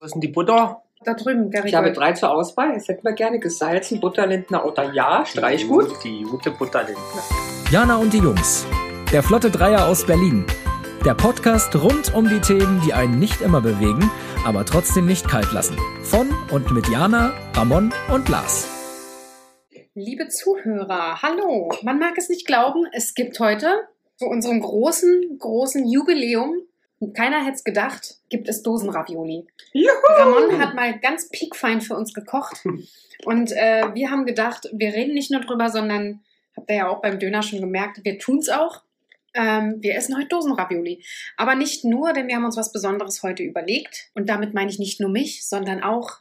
Wo ist denn die Butter? Da drüben, Gary Ich habe drei zur Auswahl. Jetzt hätten wir gerne gesalzen, Butter, Lindner oder ja, Streichgut. Die gute Butterlinde. Jana und die Jungs. Der Flotte Dreier aus Berlin. Der Podcast rund um die Themen, die einen nicht immer bewegen, aber trotzdem nicht kalt lassen. Von und mit Jana, Ramon und Lars. Liebe Zuhörer, hallo. Man mag es nicht glauben, es gibt heute zu unserem großen, großen Jubiläum, und keiner hätte es gedacht, gibt es Dosenravioli. Juhu! Ramon hat mal ganz piekfein für uns gekocht. Und äh, wir haben gedacht, wir reden nicht nur drüber, sondern, habt ihr ja auch beim Döner schon gemerkt, wir tun's auch. Ähm, wir essen heute Dosenravioli. Aber nicht nur, denn wir haben uns was Besonderes heute überlegt. Und damit meine ich nicht nur mich, sondern auch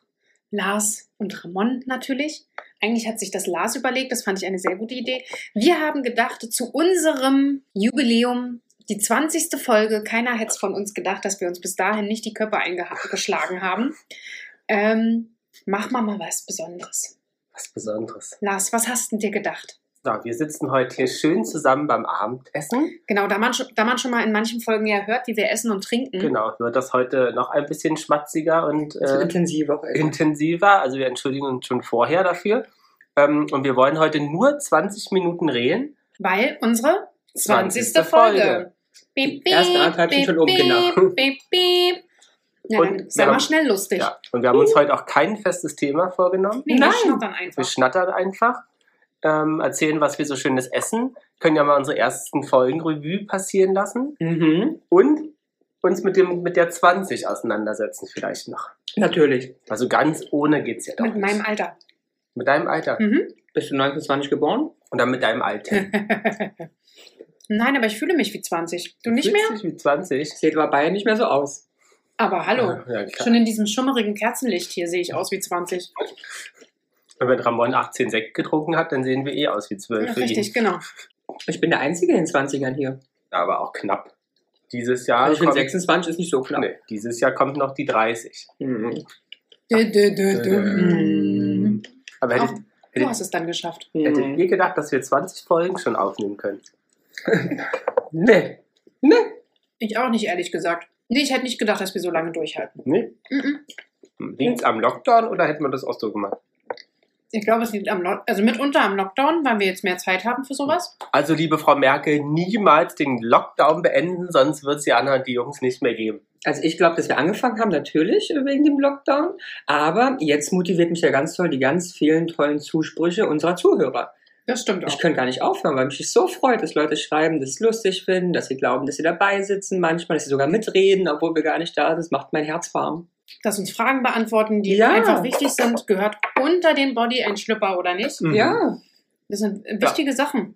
Lars und Ramon natürlich. Eigentlich hat sich das Lars überlegt, das fand ich eine sehr gute Idee. Wir haben gedacht, zu unserem Jubiläum, die 20. Folge, keiner hätte es von uns gedacht, dass wir uns bis dahin nicht die Köpfe eingeschlagen haben. Ähm, mach mal mal was Besonderes. Was Besonderes. Lars, was hast denn dir gedacht? So, wir sitzen heute hier schön zusammen beim Abendessen. Genau, da man, schon- da man schon mal in manchen Folgen ja hört, wie wir essen und trinken. Genau, wird das heute noch ein bisschen schmatziger und Also äh, intensiver. intensiver. Also wir entschuldigen uns schon vorher dafür. Ähm, und wir wollen heute nur 20 Minuten reden. Weil unsere 20. 20. Folge. Folge. Beep, Die ersten anderthalb sind schon oben, genau. Beep, beep. Ja, Und dann sei wir mal haben- schnell lustig. Ja. Und wir haben uns heute auch kein festes Thema vorgenommen. Nee, Nein. Nein. schnattern Wir einfach. schnattern einfach, ähm, erzählen, was wir so schönes essen, können ja mal unsere ersten Folgen Revue passieren lassen Mhm, und uns mit, dem, mit der 20 auseinandersetzen vielleicht noch. natürlich. Also ganz ohne geht's ja doch Mit nicht. meinem Alter. mit deinem Alter Mhm. Bist du 1920 geboren? und dann mit deinem Alter. Hm. Nein, aber ich fühle mich wie 20. Du nicht mehr? 40 Wie 20. Seht aber beide nicht mehr so aus. Aber hallo. Ah, Ja, klar. Schon in diesem schummerigen Kerzenlicht hier sehe ich aus wie 20. Und wenn Ramon 18 Sekt getrunken hat, dann sehen wir eh aus wie 12 Ja, für richtig, ihn. genau. Ich bin der Einzige in den 20ern hier. Aber auch knapp. Dieses Jahr, Also ich bin kommt, 26, ist nicht so knapp. Ah, nee, dieses Jahr kommt noch die 30. Mhm. Dö, dö, dö, Mhm. dö. Aber hättet, Auch Du hast hättet, es dann geschafft. hättet Mhm. ihr gedacht, dass wir 20 Folgen schon aufnehmen können? Nee. Ich auch nicht, ehrlich gesagt. Nee, ich hätte nicht gedacht, dass wir so lange durchhalten. Nee? Mhm. Liegt es Hm. am Lockdown oder hätten wir das auch so gemacht? Ich glaube, es liegt am Lock also mitunter am Lockdown, weil wir jetzt mehr Zeit haben für sowas. Also, liebe Frau Merkel, niemals den Lockdown beenden, sonst wird es Jana und die Jungs nicht mehr geben. Also ich glaube, dass wir angefangen haben, natürlich äh, wegen dem Lockdown. Aber jetzt motiviert mich ja ganz toll die ganz vielen tollen Zusprüche unserer Zuhörer. Das stimmt auch. Ich könnte gar nicht aufhören, weil mich das so freut, dass Leute schreiben, dass sie es lustig finden, dass sie glauben, dass sie dabei sitzen, manchmal, dass sie sogar mitreden, obwohl wir gar nicht da sind. Das macht mein Herz warm. Dass uns Fragen beantworten, die Ja. einfach wichtig sind, gehört unter den Body ein Schlüpper oder nicht. Mhm. Ja, Das sind wichtige Sachen.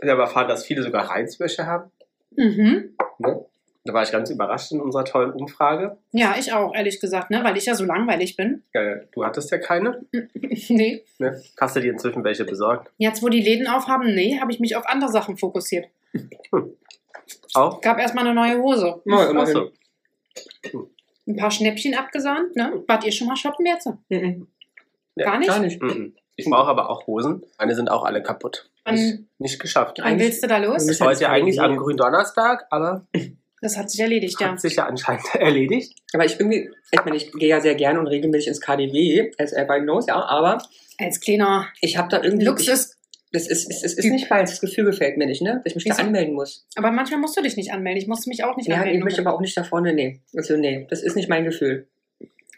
Ich habe erfahren, dass viele sogar Reizwäsche haben. Mhm. Ne? Da war ich ganz überrascht in unserer tollen Umfrage. Ja, ich auch, ehrlich gesagt, ne? weil ich ja so langweilig bin. Ja, du hattest ja keine. nee. Ne? Hast du dir inzwischen welche besorgt? Jetzt, wo die Läden aufhaben, nee, habe ich mich auf andere Sachen fokussiert. Auch? Gab erstmal eine neue Hose. Na, Ach immerhin. so. Ein paar Schnäppchen abgesahnt, ne? Wart ihr schon mal shoppen jetzt? Mhm. Ja, Gar nicht? Gar nicht. Mhm. Ich brauche aber auch Hosen. Meine sind auch alle kaputt. Nicht, Wann, nicht geschafft. wann Eigentlich willst du da los? Eigentlich- wollte ja eigentlich am Gründonnerstag, aber Das hat sich erledigt, ja. hat sich ja anscheinend erledigt. Aber ich irgendwie, ich meine, ich gehe ja sehr gerne und regelmäßig ins KDW, as everybody knows, ja, aber Als kleiner ich habe da irgendwie... Luxus. Ich, das ist, ist, ist, ist nicht falsch, das Gefühl gefällt mir nicht, ne? Dass ich mich da Wieso? anmelden muss. Aber manchmal musst du dich nicht anmelden. Ich musste mich auch nicht Ja, ich anmelden. möchte aber auch nicht da vorne, nee. Also nee, das ist nicht mein Gefühl.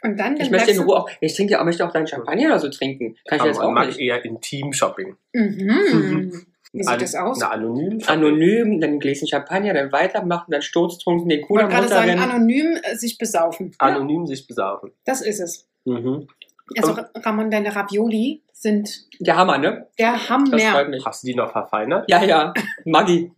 Und dann, dann Ich möchte in bleibst du- Ruhe auch, ich trinke ja auch, möchte auch deinen Champagner oder so trinken. Kann ich jetzt Ramon auch mag nicht. eher Intim-Shopping. Mhm. Wie sieht An- das aus? Na, anonym. anonym, dann ein Gläschen Champagner, dann weitermachen, dann sturztrunken, den Ich Cooler wollte gerade sagen, runterrennen. anonym äh, sich besaufen. Anonym sich besaufen. Das ist es. Mhm. Also Ramon, deine Ravioli sind Der Hammer, ne? der Das Hammer. freut mich. Hast du die noch verfeinert? Ja, ja, Maggi.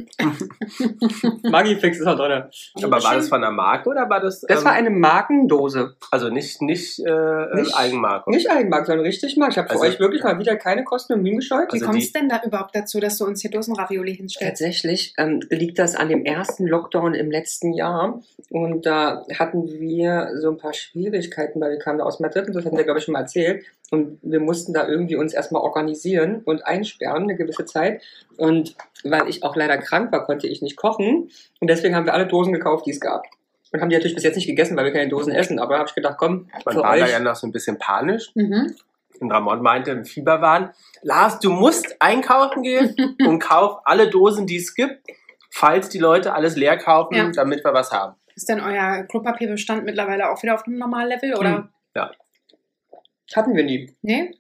Maggi-Fix ist noch drin. Aber war das von einer Marke oder war das? Das ähm, war eine Markendose. also nicht, nicht, äh, Nicht- Eigenmarke. Nicht Eigenmarkt, sondern richtig Markt. Ich habe für Also- euch wirklich mal wieder keine Kosten und Mühen gescheut. Wie also kommst die- du denn da überhaupt dazu, dass du uns hier Dosenravioli hinstellst? Tatsächlich ähm, liegt das an dem ersten Lockdown im letzten Jahr. Und da hatten wir so ein paar Schwierigkeiten, weil wir kamen da aus Madrid und das haben wir, glaube ich, schon mal erzählt. Und wir mussten da irgendwie uns erstmal organisieren und einsperren eine gewisse Zeit. Und weil ich auch leider krank war, konnte ich nicht kochen. Und deswegen haben wir alle Dosen gekauft, die es gab. Und haben die natürlich bis jetzt nicht gegessen, weil wir keine Dosen essen. Aber habe ich gedacht, komm, Man für war da ja euch. noch so ein bisschen panisch. Mhm. Und Ramon meinte im Fieberwahn, Lars, du musst einkaufen gehen und kauf alle Dosen, die es gibt, falls die Leute alles leer kaufen, Ja. damit wir was haben. Ist denn euer Klopapierbestand mittlerweile auch wieder auf einem normalen Level? Oder? Hm. Hatten wir nie. Nee?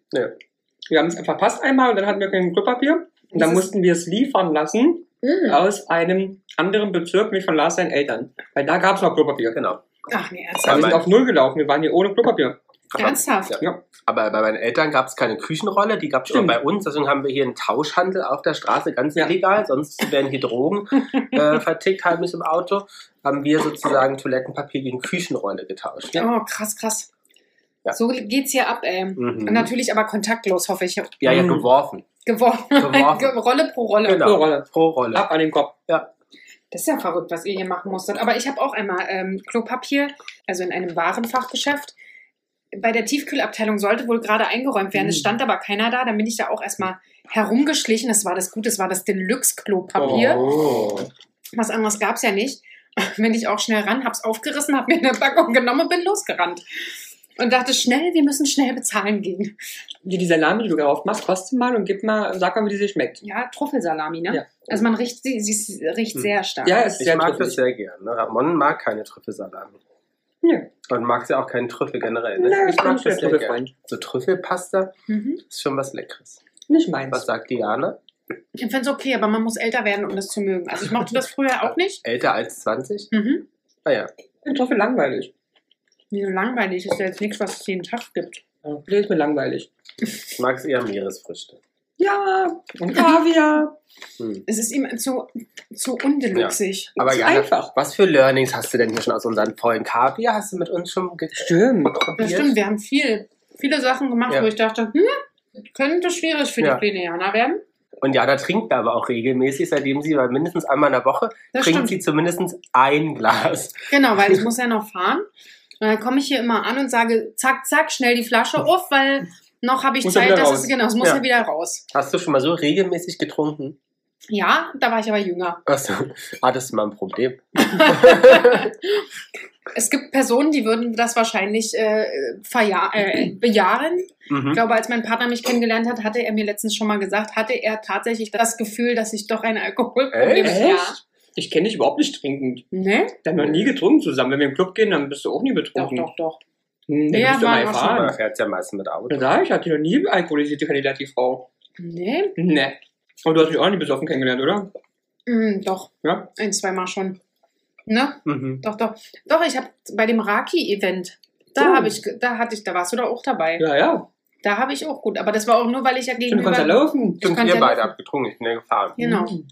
Wir haben es verpasst einmal und dann hatten wir kein Klopapier. Und dann Das ist- mussten wir es liefern lassen Mhm. aus einem anderen Bezirk, nämlich von Lars seinen Eltern. Weil da gab es noch Klopapier. Genau. Ach nee, Aber ernsthaft. wir sind auf Null gelaufen, wir waren hier ohne Klopapier. Aber, Ernsthaft? Ja. Ja. aber bei meinen Eltern gab es keine Küchenrolle, die gab es nur Stimmt. bei uns. Deswegen haben wir hier einen Tauschhandel auf der Straße, ganz Ja. illegal. Sonst werden hier Drogen äh, vertickt, heimlich im Auto. Haben wir sozusagen Toilettenpapier gegen Küchenrolle getauscht. Oh, krass, krass. Ja. So geht's hier ab, ey. Und Mhm. natürlich aber kontaktlos, hoffe ich. Ja, ja, Mhm. geworfen. Geworfen. Geworfen. Ge- Rolle pro Rolle. Genau. Pro Rolle. Pro Rolle. Ab an den Kopf. Das ist ja verrückt, was ihr hier machen musstet. Aber ich habe auch einmal ähm, Klopapier, also in einem Warenfachgeschäft. Bei der Tiefkühlabteilung sollte wohl gerade eingeräumt werden. Es Mhm. stand aber keiner da. Dann bin ich da auch erstmal herumgeschlichen. Das war das Gute, das war das Deluxe-Klopapier. Oh. Was anderes gab es ja nicht. Bin ich auch schnell ran, hab's aufgerissen, hab mir eine Packung genommen und bin losgerannt. Und dachte schnell, wir müssen schnell bezahlen gehen. Hier die Salami, die du gekauft machst, kostet mal und gib mal, sag mal, wie die sich schmeckt. Ja, Trüffelsalami, ne? Ja. Also man riecht sie, sie riecht Hm. sehr stark. Ja, es ist Ich sehr mag das trüffelig. sehr gern. Ne? Ramon mag keine Trüffelsalami. Nee. Und mag ja auch keinen Trüffel generell. Ne? Nein, ich bin mag nicht der das sehr gern. Trüffelfreund. So Trüffelpasta Mhm. ist schon was Leckeres. Nicht Was meins. sagt Diana? Ich finde es okay, aber man muss älter werden, um das zu mögen. Also ich mochte das früher auch nicht. Älter als Ah 20? Mhm. Naja, Ich finde Trüffel langweilig. Nee, so langweilig ist ja jetzt nichts, was es jeden Tag gibt. Ja, ist mir langweilig. ich mag es eher Meeresfrüchte. Ja, und Kaviar. Hm. Es ist ihm zu, zu undeluxig. Aber Ist Jana, einfach. was für Learnings hast du denn hier schon aus unseren Folgen? Kaviar hast du mit uns schon ge- Stimmt. Das stimmt, wir haben viel, viele Sachen gemacht, Ja. wo ich dachte, hm, könnte schwierig für Ja. die kleine Jana werden. Und Jana trinkt aber auch regelmäßig, seitdem sie weil mindestens einmal in der Woche Das trinkt stimmt. sie zumindest ein Glas. Genau, weil ich muss ja noch fahren. Und dann komme ich hier immer an und sage, zack, zack, schnell die Flasche auf, weil noch habe ich Muss ja Zeit, wieder dass raus. es, genau, es muss Ja. ja wieder raus. Hast du schon mal so regelmäßig getrunken? Ja, da war ich aber jünger. Achso, Ah, hattest du mal ein Problem? Es gibt Personen, die würden das wahrscheinlich äh, verja- äh, bejahen. Ich Mhm. glaube, als mein Partner mich kennengelernt hat, hatte er mir letztens schon mal gesagt, hatte er tatsächlich das Gefühl, dass ich doch ein Alkoholproblem Echt? Ja. Echt? Ich kenne dich überhaupt nicht trinkend. Ne? Wir haben noch nie getrunken zusammen. Wenn wir im Club gehen, dann bist du auch nie Doch, betrunken. doch, doch. Hm, dann Ja, bist du waren mal wir schon Man erfahren. fährt ja meistens mit Auto. Da sag ich, hatte ich noch nie alkoholisierte Kandidat, die Frau. Ne? Ne. Und du hast mich auch nie besoffen kennengelernt, oder? Mm, doch, Ja. ein, zweimal schon. Ne? Mhm. Doch, doch. Doch, ich habe bei dem Raki-Event, da Oh. habe ich, ge- da hatte ich, da warst du doch auch dabei. Ja, ja. Da habe ich auch gut. Aber das war auch nur, weil ich ja Stimmt, Du gegenüber. kannst ja laufen. Stimmt, kann ihr ja beide laufen. habt getrunken, ich bin ja gefahren. Genau. Hm.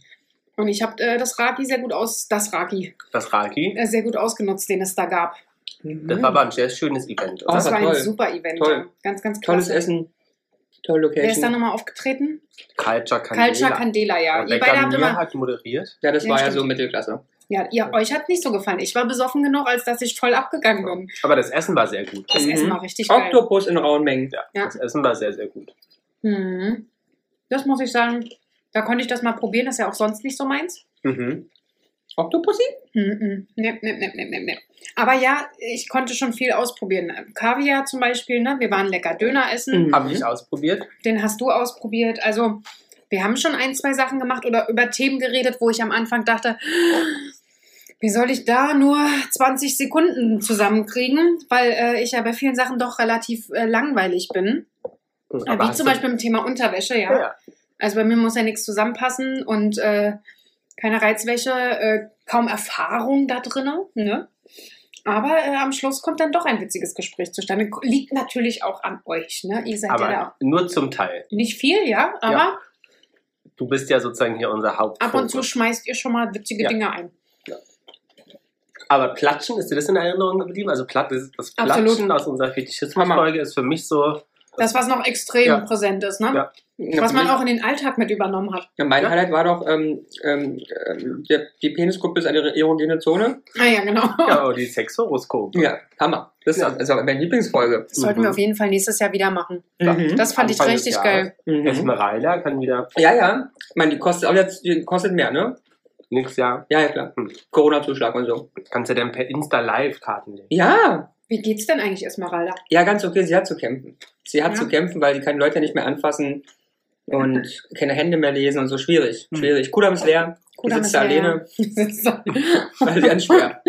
Und ich habe äh, das Raki sehr gut aus, das Raki, Das Raki, äh, sehr gut ausgenutzt, den es da gab. Mhm. das war aber ein sehr schönes Event. Oh, Oder? Das war war ein toll. super Event. Toll. ja. Ganz, ganz Tolles klasse. Essen. Tolle Wer ist da Location. nochmal aufgetreten? Culture Candela. Oh. Culture Candela, ja. Ihr beide Rebecca habt Mir immer. hat moderiert. Ja, das Ja, war ja stimmt. so Mittelklasse. Ja, ihr, euch hat nicht so gefallen. Ich war besoffen genug, als dass ich voll abgegangen bin. Aber das Essen war sehr gut. Das Mhm. Essen war richtig geil. Oktopus in rauen Mengen. Ja, Ja. das Essen war sehr, sehr gut. Mhm. Das muss ich sagen. Da konnte ich das mal probieren. Das ist ja auch sonst nicht so meins. Mhm. Oktopussi? Mhm. Nee, nee, nee, nee, nee, nee. Aber ja, ich konnte schon viel ausprobieren. Kaviar zum Beispiel, ne? Wir waren lecker Döner essen. Mhm. Habe ich ausprobiert. Den hast du ausprobiert. Also, wir haben schon ein, zwei Sachen gemacht oder über Themen geredet, wo ich am Anfang dachte, wie soll ich da nur 20 Sekunden zusammenkriegen, weil äh, ich ja bei vielen Sachen doch relativ äh, langweilig bin. Aber Wie hast zum du- Beispiel im Thema Unterwäsche, ja. Ja. Also bei mir muss ja nichts zusammenpassen und äh, keine Reizwäsche, äh, kaum Erfahrung da drinne. Ne? Aber äh, am Schluss kommt dann doch ein witziges Gespräch zustande. Liegt natürlich auch an euch, ne? Ihr seid ja da auch Aber nur zum Teil. nicht viel, ja, aber Ja. Du bist ja sozusagen hier unser Haupt. ab und zu schmeißt ihr schon mal witzige Ja. Dinge ein. Aber Platschen, ist dir das in Erinnerung geblieben? Also Platt, das, das Platschen Absolut. aus unserer Fetischismus-Folge ist für mich so. Das, was noch extrem Ja. präsent ist, ne? Ja. Was man auch in den Alltag mit übernommen hat. Ja, mein Ja. Highlight war doch, ähm, ähm, ähm, der, die Penisgruppe ist eine erogene Zone. Ah ja, genau. Ja, oh, die Sexhoroskope. Ja, Hammer. Das ist Ja. also meine Lieblingsfolge. Das sollten wir Mhm. auf jeden Fall nächstes Jahr wieder machen. Ja. Mhm. Das fand Anfang ich des richtig Jahres. geil. Mhm. Esmeralda kann wieder. Ja, ja. Ich meine, die kostet, auch jetzt, die kostet mehr, ne? Nix, ja. Ja, ja, klar. Hm. Corona-Zuschlag und so. Kannst ja dann per Insta live Karten legen. Ja, Wie geht's denn eigentlich, Esmeralda? ja, ganz okay. Sie hat zu kämpfen. Sie hat Ja. zu kämpfen, weil sie kann Leute nicht mehr anfassen und keine Hände mehr lesen und so. Schwierig, Hm. schwierig. Kudam ist leer. Kudam sitzt ist da leer. alleine. Weil ganz schwer.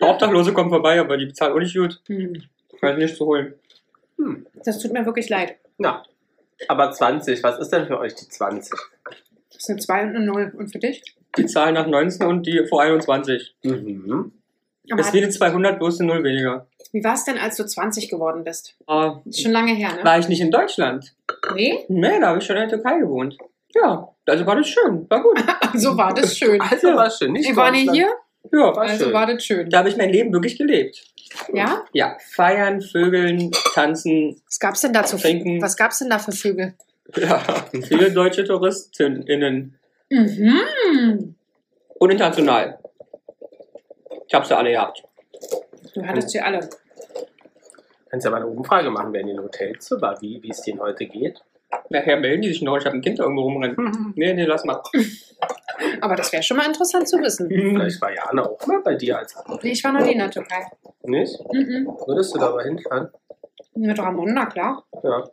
Obdachlose kommen vorbei, aber die bezahlen auch nicht gut. Hm. Weil nichts zu holen. Hm. Das tut mir wirklich leid. Na. Aber 20, was ist denn für euch die 20? Das sind zwei und eine Null. Und für dich? Die zahlen nach 19 und die vor 21. Mhm. Aber Ist wie eine 200, bloß eine Null weniger. wie war es denn, als du 20 geworden bist? Aber Ist schon lange her, ne? war ich nicht in Deutschland? Nee? Nee, da habe ich schon in der Türkei gewohnt. Ja, also war das schön, war gut. Also war das schön. Also Ja. war schön. Nicht Wir waren ja Deutschland. hier, Ja, War also schön. war das schön. da habe ich mein Leben wirklich gelebt. Ja? Ja, feiern, vögeln, tanzen. Was gab's denn da zu Trinken. Was gab's denn da für Vögel? Ja, viele deutsche TouristInnen. Mhm. Und international. Ich habe sie alle gehabt. Du hattest sie alle. Kannst ja mal eine Umfrage machen, wer in den Hotels so war, wie wie es denen heute geht. Nachher melden die sich noch, ich habe ein Kind da irgendwo rumrennen. Mhm. Nee, nee, lass mal. Aber das wäre schon mal interessant zu wissen. Vielleicht war Jana auch mal bei dir als Nee, ich war noch nie in der Türkei. nicht. Mhm. Würdest du da mal hinfahren? Mit Ramon, na klar. Ja.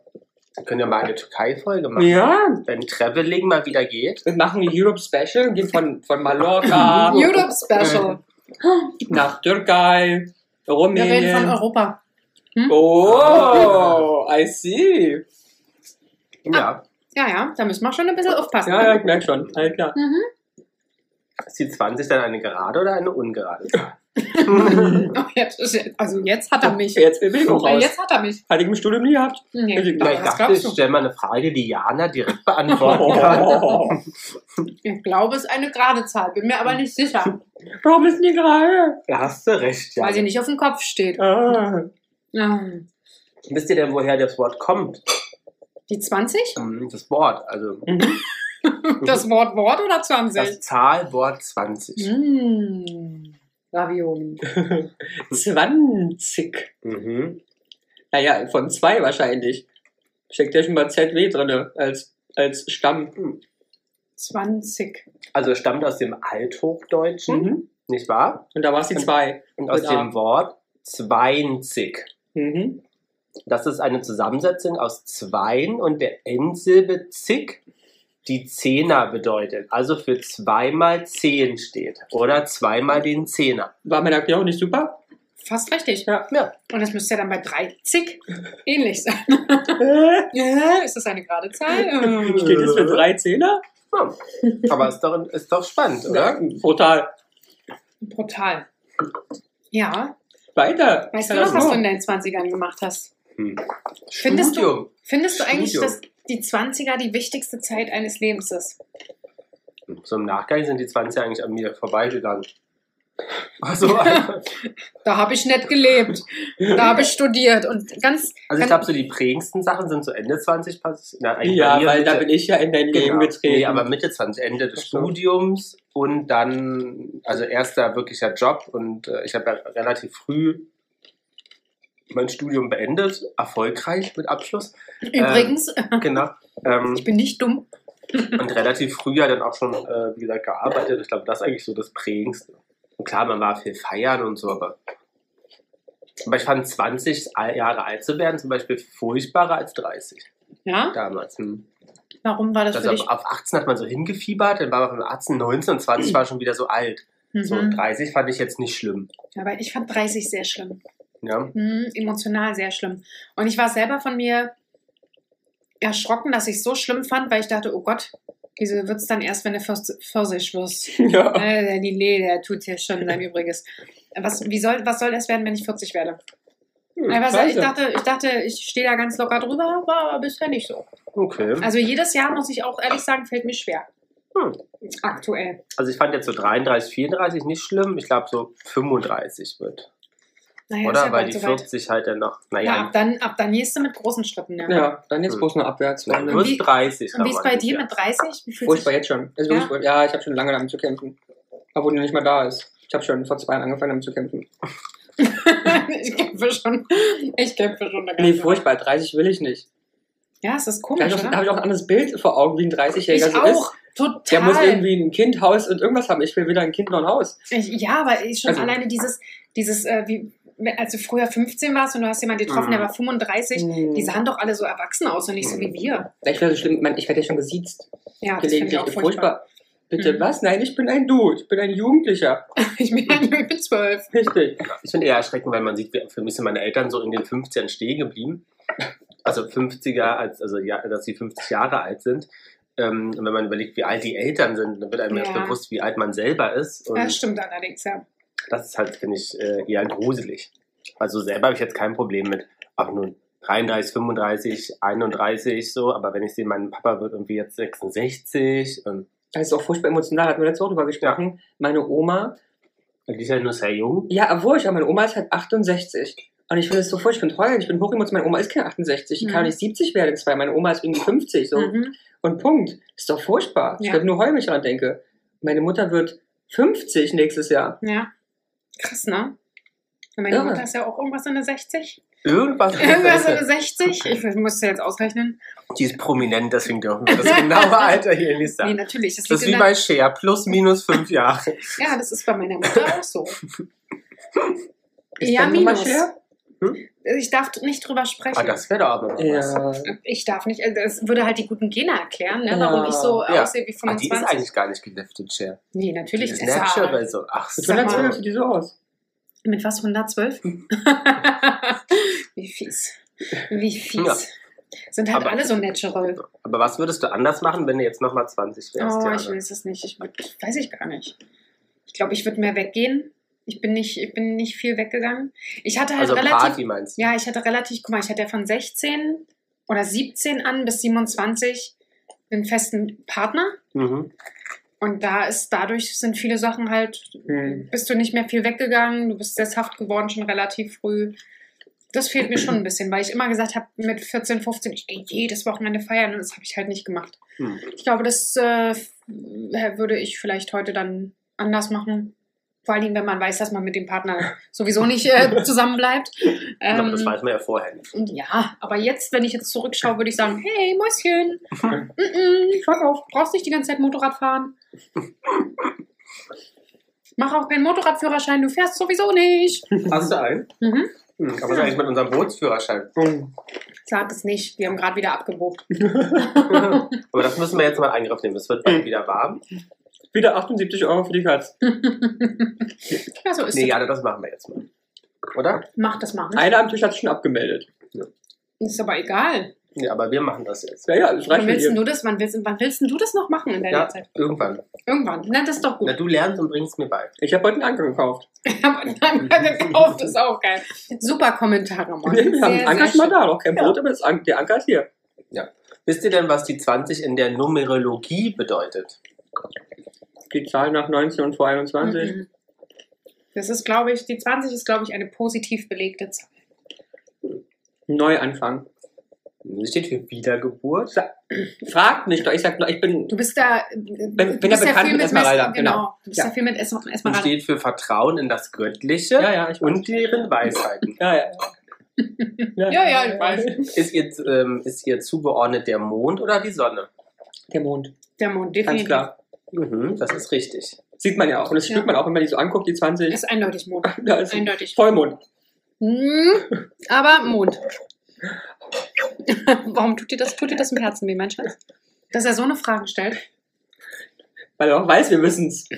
Wir können ja mal eine Türkei-Folge machen. Ja, Wenn Traveling mal wieder geht. wir machen ein Europe Special, gehen von, von Mallorca Europe Special. nach Türkei, Wir reden von Rumänien. Europa. Oh, I see. Ja, Ja, ja, da müssen wir schon ein bisschen aufpassen. Ja, ja, ich merke schon. Alles klar. Mhm. ist die 20 dann eine gerade oder eine ungerade? Oh, jetzt ist er- Also jetzt hat er mich. Jetzt bin ich auch Ja, raus. jetzt hat er mich. Hatte ich im Studium nie gehabt. Nee. Ich Na, ich Was dachte, glaubst ich du? stelle mal eine Frage, die Jana direkt beantworten kann. Oh, Ich glaube, es ist eine gerade Zahl, bin mir aber nicht sicher, warum ist denn die gerade? Da hast du recht, weil sie Jana. nicht auf dem Kopf steht. Ah, Ah, Wisst ihr denn, woher das Wort kommt? Die 20? Hm, Das Wort, also Mhm. Das Wort Wort oder 20? das Zahlwort 20. Mmh. Ravioli. 20. Mhm. Naja, von zwei wahrscheinlich. Steckt ja schon mal ZW drinne als, als Stamm. Mhm. 20. Also stammt aus dem Althochdeutschen, Mhm. nicht wahr? Mhm. Und da war es die zwei. Und aus Mit dem A. Wort 20. Mhm. Das ist eine Zusammensetzung aus Zweien und der Endsilbe zig, die Zehner bedeutet. Also für zweimal zehn steht. Oder zweimal den Zehner. War mein Erklärung nicht super? Fast richtig. Ja. Und das müsste ja dann bei 30 ähnlich sein. Steht Äh, ist das eine gerade Zahl? Ähm, jetzt für drei Zehner? Hm. Aber ist doch, ist doch spannend, oder? Brutal. Brutal. Ja. Weiter. Weißt du Ja, noch, was so. du in deinen 20ern gemacht hast? Hm. Findest du- Studium. Findest du eigentlich, Studium. dass die 20er die wichtigste Zeit eines Lebens ist? So im Nachgang sind die 20 eigentlich an mir vorbeigegangen. Also, also Da habe ich nicht gelebt. Da habe ich studiert. Und ganz. ich glaube, so die prägendsten Sachen sind so Ende 20 passiert. Na, eigentlich bei Ja, mir weil da Mitte- bin ich ja in dein Leben Genau. getreten. Nee, aber Mitte 20, Ende des Ach so. Studiums und dann, also erster wirklicher Job und äh, ich habe ja relativ früh mein Studium beendet, erfolgreich mit Abschluss. Übrigens, äh, Genau. Ähm, ich bin nicht dumm. und relativ früh ja dann auch schon, äh, wie gesagt, gearbeitet. Ich glaube, das ist eigentlich so das Prägendste. Und klar, man war viel feiern und so, aber. Aber ich fand 20 Jahre alt zu werden zum Beispiel furchtbarer als 30 Ja? damals. Hm. Warum war das Also für dich? ab, auf 18 hat man so hingefiebert, dann war man von 18, 19 und 20 war schon wieder so alt. So Mhm. 30 fand ich jetzt nicht schlimm. Aber ich fand 30 sehr schlimm. Ja? Mhm, emotional sehr schlimm. Und ich war selber von mir erschrocken, dass ich es so schlimm fand, weil ich dachte, oh Gott, wieso wird es dann erst, wenn du Pfirs- Pfirsich wirst? Ja. Äh, die Lee, der tut hier schon sein Übriges. Was, wie soll, was soll das werden, wenn ich 40 werde? Hm, Aber so, ich scheiße. dachte, ich dachte, ich stehe da ganz locker drüber, war aber bisher nicht so. Okay. Also jedes Jahr, muss ich auch ehrlich sagen, fällt mir schwer. Hm. Aktuell. Also ich fand jetzt so 33, 34 nicht schlimm. Ich glaube so 35 wird. Naja, ist Oder? ja Weil bald die soweit. 40 halt dann noch, Ja, ab naja, dann, ab dann gehst du mit großen Schritten. Ja. Ja, dann Hm. jetzt bloß noch abwärts. dann Und wird wie- 30. Und wie ist bei romantisch, dir ja. mit 30? Wie fühlt Furchtbar sich- jetzt schon. Also Ja? wirklich furchtbar. ja, ich habe schon lange damit zu kämpfen. Obwohl du nicht mal da ist. Ich habe schon vor zwei Jahren angefangen damit zu kämpfen. ich kämpfe schon. Ich kämpfe schon. Nee, furchtbar. 30 will ich nicht. Ja, es ist Da komisch, habe ich, auch- da hab oder? ich auch ein anderes Bild vor Augen, wie ein 30-Jähriger Ich so auch. ist. Total. Der muss irgendwie ein Kind, Haus und irgendwas haben. Ich will weder ein Kind noch ein Haus. Ich, ja, aber ich schon Also- alleine dieses, dieses äh, wie, als du früher 15 warst und du hast jemanden getroffen, Mhm. der war 35, Mhm. die sahen doch alle so erwachsen aus und nicht so wie wir. Ich werde, schlimm, man, ich werde ja schon gesiezt. Ja, Ah, das finde ich Gelegentlich. auch furchtbar. furchtbar. Bitte Mhm. was? Nein, ich bin ein Du. Ich bin ein Jugendlicher. Ich bin, ich bin 12. Richtig. Ich finde eher erschreckend, weil man sieht, wie- für mich sind meine Eltern so in den 50ern stehen geblieben. Also 50er, als, also ja, dass sie 50 Jahre alt sind. Ähm, und wenn man überlegt, wie alt die Eltern sind, dann wird einem Ja. erst bewusst, wie alt man selber ist. Und Das stimmt allerdings, ja. das ist halt, finde ich, äh, eher gruselig. Also selber habe ich jetzt kein Problem mit, aber nun 33, 35, 31 so, aber wenn ich sehe, mein Papa wird irgendwie jetzt 66 und Das ist auch furchtbar emotional. Hatten wir letzte Woche drüber gesprochen. Meine Oma die ist ja nur sehr jung. Ja, obwohl, ich meine Oma ist halt 68. Und ich finde es so furchtbar, ich bin heulen, ich bin hochemotional, meine Oma ist keine 68, die Mhm. kann nicht 70 werden, zwei, meine Oma ist irgendwie 50, so. Mhm. Und Punkt. Ist doch furchtbar. Ich Ja. glaube, nur heulen, wenn ich daran denke. Meine Mutter wird 50 nächstes Jahr. ja. Krass, ne? Und Meine Irre. Mutter ist ja auch irgendwas in der 60. Irgendwas. Irgendwas in der 60. Ich muss jetzt ausrechnen. Die ist prominent, deswegen dürfen wir das genaue Alter hier nicht Nee, sagen. natürlich. Das, Das ist liegt wie in der, bei Cher, plus minus fünf Jahre. ja, das ist bei meiner Mutter auch so. Ist Ja, deine Nummer minus. schwer? Ich darf nicht drüber sprechen. Ah, das wäre doch aber noch was. Ah, Ja. Ich darf nicht. Also Das würde halt die guten Gene erklären, ne? Ja. warum ich so Ja. aussehe wie Ah, die 25. ist eigentlich gar nicht geliftet, Cher. nee, Die natürlich. ist ist er- natural so. Ach, Mit so. Sag mal. 112 sieht die so aus. Mit was? 112? Hm. wie fies. Wie fies. Ja. Sind halt Aber- alle so natural. aber was würdest du anders machen, wenn du jetzt nochmal 20 wärst? Oh, Jahre? ich weiß es nicht. Ich würd, weiß ich gar nicht. Ich glaube, ich würde mehr weggehen. Ich bin nicht, ich bin nicht viel weggegangen. Ich hatte halt also relativ. Party meinst du? Ja, ich hatte relativ, guck mal, ich hatte ja von 16 oder 17 an bis 27 einen festen Partner. Mhm. Und da ist, dadurch sind viele Sachen halt, Hm. bist du nicht mehr viel weggegangen, du bist sesshaft geworden schon relativ früh. Das fehlt mir schon ein bisschen, weil ich immer gesagt habe, mit 14, 15, ich gehe jedes Wochenende feiern und das habe ich halt nicht gemacht. Hm. Ich glaube, das äh, f- würde ich vielleicht heute dann anders machen. Vor allen Dingen, wenn man weiß, dass man mit dem Partner sowieso nicht äh, zusammenbleibt. aber Ähm, das weiß man ja vorher nicht. und ja, aber jetzt, wenn ich jetzt zurückschaue, würde ich sagen, hey, Mäuschen, mm -mm, schau auf, brauchst nicht die ganze Zeit Motorrad fahren. Mach auch keinen Motorradführerschein, du fährst sowieso nicht. Hast du einen? Mhm. Mhm. Aber was ist eigentlich mit unserem Bootsführerschein? Hm. Sag es nicht, wir haben gerade wieder abgebucht. Aber das müssen wir jetzt mal in Angriff nehmen. Es wird bald wieder warm. Wieder 78 Euro für die Katz. Hm. Ja, so ist Nee, es. ja, das machen wir jetzt mal. Oder? Mach das mal. ne? Einer am Tisch hat sich schon abgemeldet. Ist aber egal. Ja, aber wir machen das jetzt. Ja, ja, das reicht Wann mir willst, denn hier. du das, wann, willst, wann willst denn du das noch machen in deiner Ja, Zeit? irgendwann. Irgendwann. Na, das ist doch Na, gut. du lernst und bringst mir bei. Ich habe heute einen Anker gekauft. Aber einen Mhm. Anker gekauft ist auch geil. Super Kommentare, Mann. Nee, wir haben einen Anker schon mal schön. da, noch kein Boot, aber das An der Anker ist hier. Wisst ihr denn, was die 20 in der Numerologie bedeutet? Die Zahl nach 19 und vor 21. Mhm. Das ist, glaube ich, die 20 ist, glaube ich, eine positiv belegte Zahl. Mhm. Neuanfang. Das steht für Wiedergeburt. Fragt nicht, doch ich sag nur, ich bin. Du bist da. bin ja bekannt mit Esmeralda, Mes- genau. genau. Du bist Ja. ja, viel mit Es- und Esmeralda. steht für Vertrauen in das Göttliche ja, ich und deren Weisheiten. Ja, ja. Ja, ja, ich weiß. ist, ihr, ähm, ist ihr zugeordnet der Mond oder die Sonne? Der Mond, Der Mond, ganz definitiv. klar. Mhm, das ist richtig. Sieht man ja auch. Und das Ja. spürt man auch, wenn man die so anguckt, die 20. Ist eindeutig Mond. Da ist ein Eindeutig. Vollmond. Hm, aber Mond. Warum tut dir das, tut dir das im Herzen weh, mein Schatz? Dass er so eine Frage stellt. Weil er auch weiß, wir wissen's.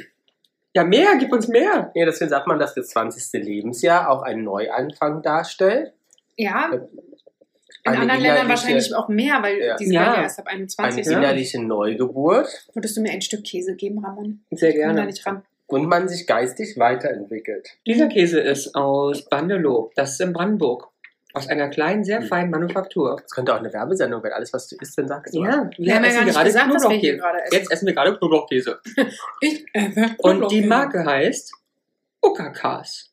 Ja, mehr, gib uns mehr. Ja, deswegen sagt man, dass das 20. Lebensjahr auch einen Neuanfang darstellt. Ja, in Äh, Eine anderen Ländern innerliche- wahrscheinlich auch mehr, weil Ja. die sind Ja. ja erst ab Eine 21. Ja. innerliche Neugeburt Würdest du mir ein Stück Käse geben, Ramon? Sehr Ich Komm da gerne. nicht ran. und man sich geistig weiterentwickelt. Dieser Käse ist aus Bandelow. Das ist in Brandenburg. Aus einer kleinen, sehr Hm. feinen Manufaktur. Das könnte auch eine Werbesendung werden. Alles, was du isst, dann sagst du. Ja, Wir haben ja gar nicht gesagt, dass wir hier Knoblauchkäse. gerade essen. Jetzt essen wir gerade Knoblauchkäse. Ich, äh, Und die Marke heißt Ukakas.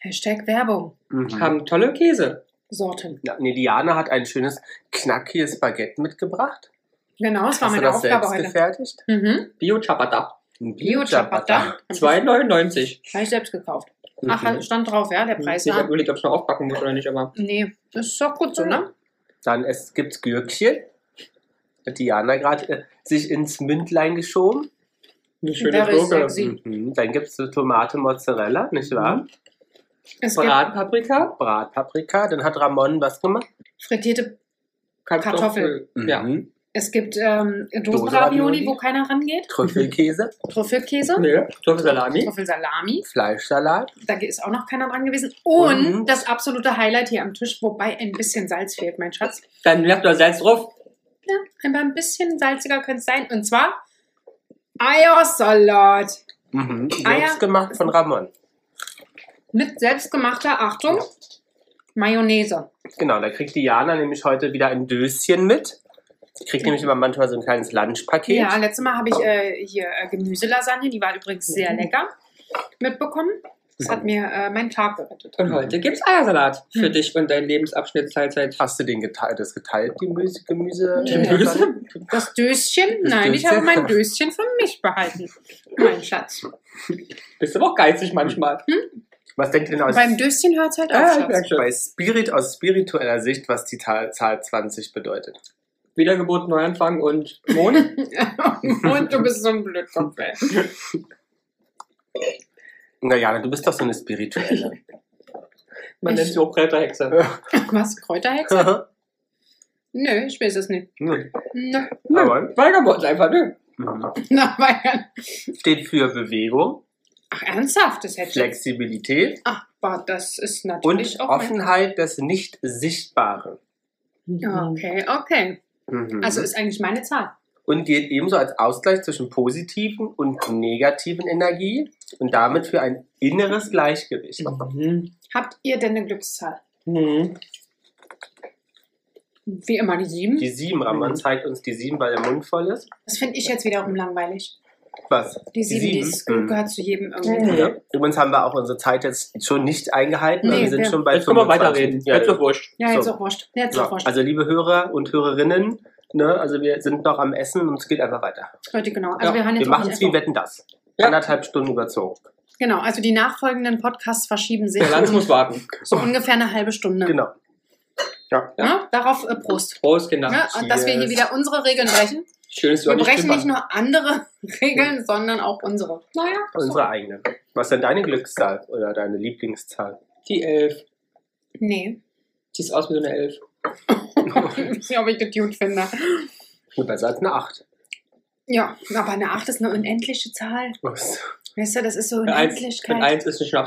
Hashtag Werbung. Mhm. Haben tolle Käse. Sorten. Ja, nee, Diana hat ein schönes, knackiges Baguette mitgebracht. Genau, das war Hast meine du das Aufgabe selbst Hm, heute. gefertigt? Mhm. Bio-Ciabatta. Ein Bio-Ciabatta. 2,99. Habe ich selbst gekauft. Mhm. Ach, Mhm. stand drauf, ja, der Preis. Ich Ja. habe überlegt, ob ich noch aufbacken muss oder nicht, aber Nee, das ist doch gut so, ne? Dann es gibt Gürkchen. hat Diana gerade äh, sich ins Mündlein geschoben. Eine Da schöne ist Gurke. sexy. Sie. Mhm. Mhm. Dann gibt es Tomate Mozzarella, nicht wahr? Es gibt Bratpaprika, Bratpaprika. Dann hat Ramon was gemacht? frittierte, Kartoffel. Ja. Mhm. es gibt ähm, Dosenravioli. Dosenravioli, wo keiner rangeht, Trüffelkäse, Trüffelkäse, Nee, Kartoffelsalami. Trüffelsalami, Fleischsalat. da ist auch noch keiner dran gewesen und Und? das absolute Highlight hier am Tisch, wobei ein bisschen Salz fehlt, mein Schatz. Dann werft doch Salz drauf. Ja, aber ein bisschen salziger könnte es sein und zwar Eiersalat Mhm. Ah, ja. Selbst gemacht von Ramon. mit selbstgemachter Achtung Mayonnaise. Genau, da kriegt Diana nämlich heute wieder ein Döschen mit. Sie kriegt nämlich immer manchmal so ein kleines Lunchpaket. Ja, letztes Mal habe ich äh, hier äh, Gemüselasagne, die war übrigens Mhm. sehr lecker, mitbekommen. Das hat mir äh, meinen Tag gerettet. Und heute gibt's Eiersalat für Mhm. dich und deinen Lebensabschnitt Teilzeit. Hast du den geteilt, das geteilt, die Gemüse? Gemüse Die Gemüse? Das Döschen? Das Nein, ich Döschen? habe mein Döschen für mich behalten. Mein Schatz. Bist du aber auch geizig manchmal. Was denkt ihr denn aus, Beim Döschen hört es halt Ah, auf, ich merk Schatz. schon. bei Spirit, aus spiritueller Sicht, was die Ta- Zahl 20 bedeutet? Wiedergeburt, Neuanfang und Mond. Und du bist so ein Blödkopf, ey. Na Jana, du bist doch so eine spirituelle. Man nennt sie auch Bretterhexe. Was? Kräuterhexe? Hm. Nö, ich weiß es nicht. Mhm. Nö. Nö, Aber- Vagabond einfach, ne? nö. Na, weil- Steht für Bewegung, Ach, ernsthaft? Das hätte ich. Flexibilität Ach, boah, das ist natürlich und auch. mein- Offenheit des Nicht-Sichtbaren. Ja, Okay, okay. Mhm. Also ist eigentlich meine Zahl. und gilt ebenso als Ausgleich zwischen positiven und negativen Energie und damit für ein inneres Gleichgewicht. Mhm. Habt ihr denn eine Glückszahl? Mhm. Wie immer die sieben. Die sieben, Ramon Mhm. zeigt uns die sieben, weil der Mund voll ist. Das finde ich jetzt wiederum langweilig. Was? Die sieben, die ist, Mhm. gehört zu jedem irgendwie. Mhm. Ja. Übrigens haben wir auch unsere Zeit jetzt schon nicht eingehalten. weil Nee, wir sind wir- schon bei Jetzt können wir 25. weiterreden. Ja, Jetzt doch wurscht. Ja, jetzt So. auch wurscht. Jetzt ja. auch wurscht. Also liebe Hörer und Hörerinnen, ne, also wir sind noch am Essen und es geht einfach weiter. Leute, genau. Also Ja, wir haben jetzt wir auch machen es nicht wie einfach- Wetten das. Ja. Anderthalb Stunden überzogen. Genau, also die nachfolgenden Podcasts verschieben sich Der Lanz muss warten. so ungefähr eine halbe Stunde. Genau. Ne? Darauf äh, Prost. Prost, Kinder. Ne? Und dass wir hier cheers. wieder unsere Regeln brechen. Schön, dass du Wir auch nicht brechen nicht schimpfst. nur andere Regeln, sondern auch unsere. Naja, so. Unsere eigene. Was ist denn deine Glückszahl oder deine Lieblingszahl? Die Elf. Nee, Siehst aus wie so eine Elf. ich weiß nicht, ob ich das gut finde. Besser als eine Acht. Ja, aber eine 8 ist eine unendliche Zahl. Was? Weißt du, das ist so Eine Eins- Mit Unendlichkeit. eins ist eine Schnapszahl.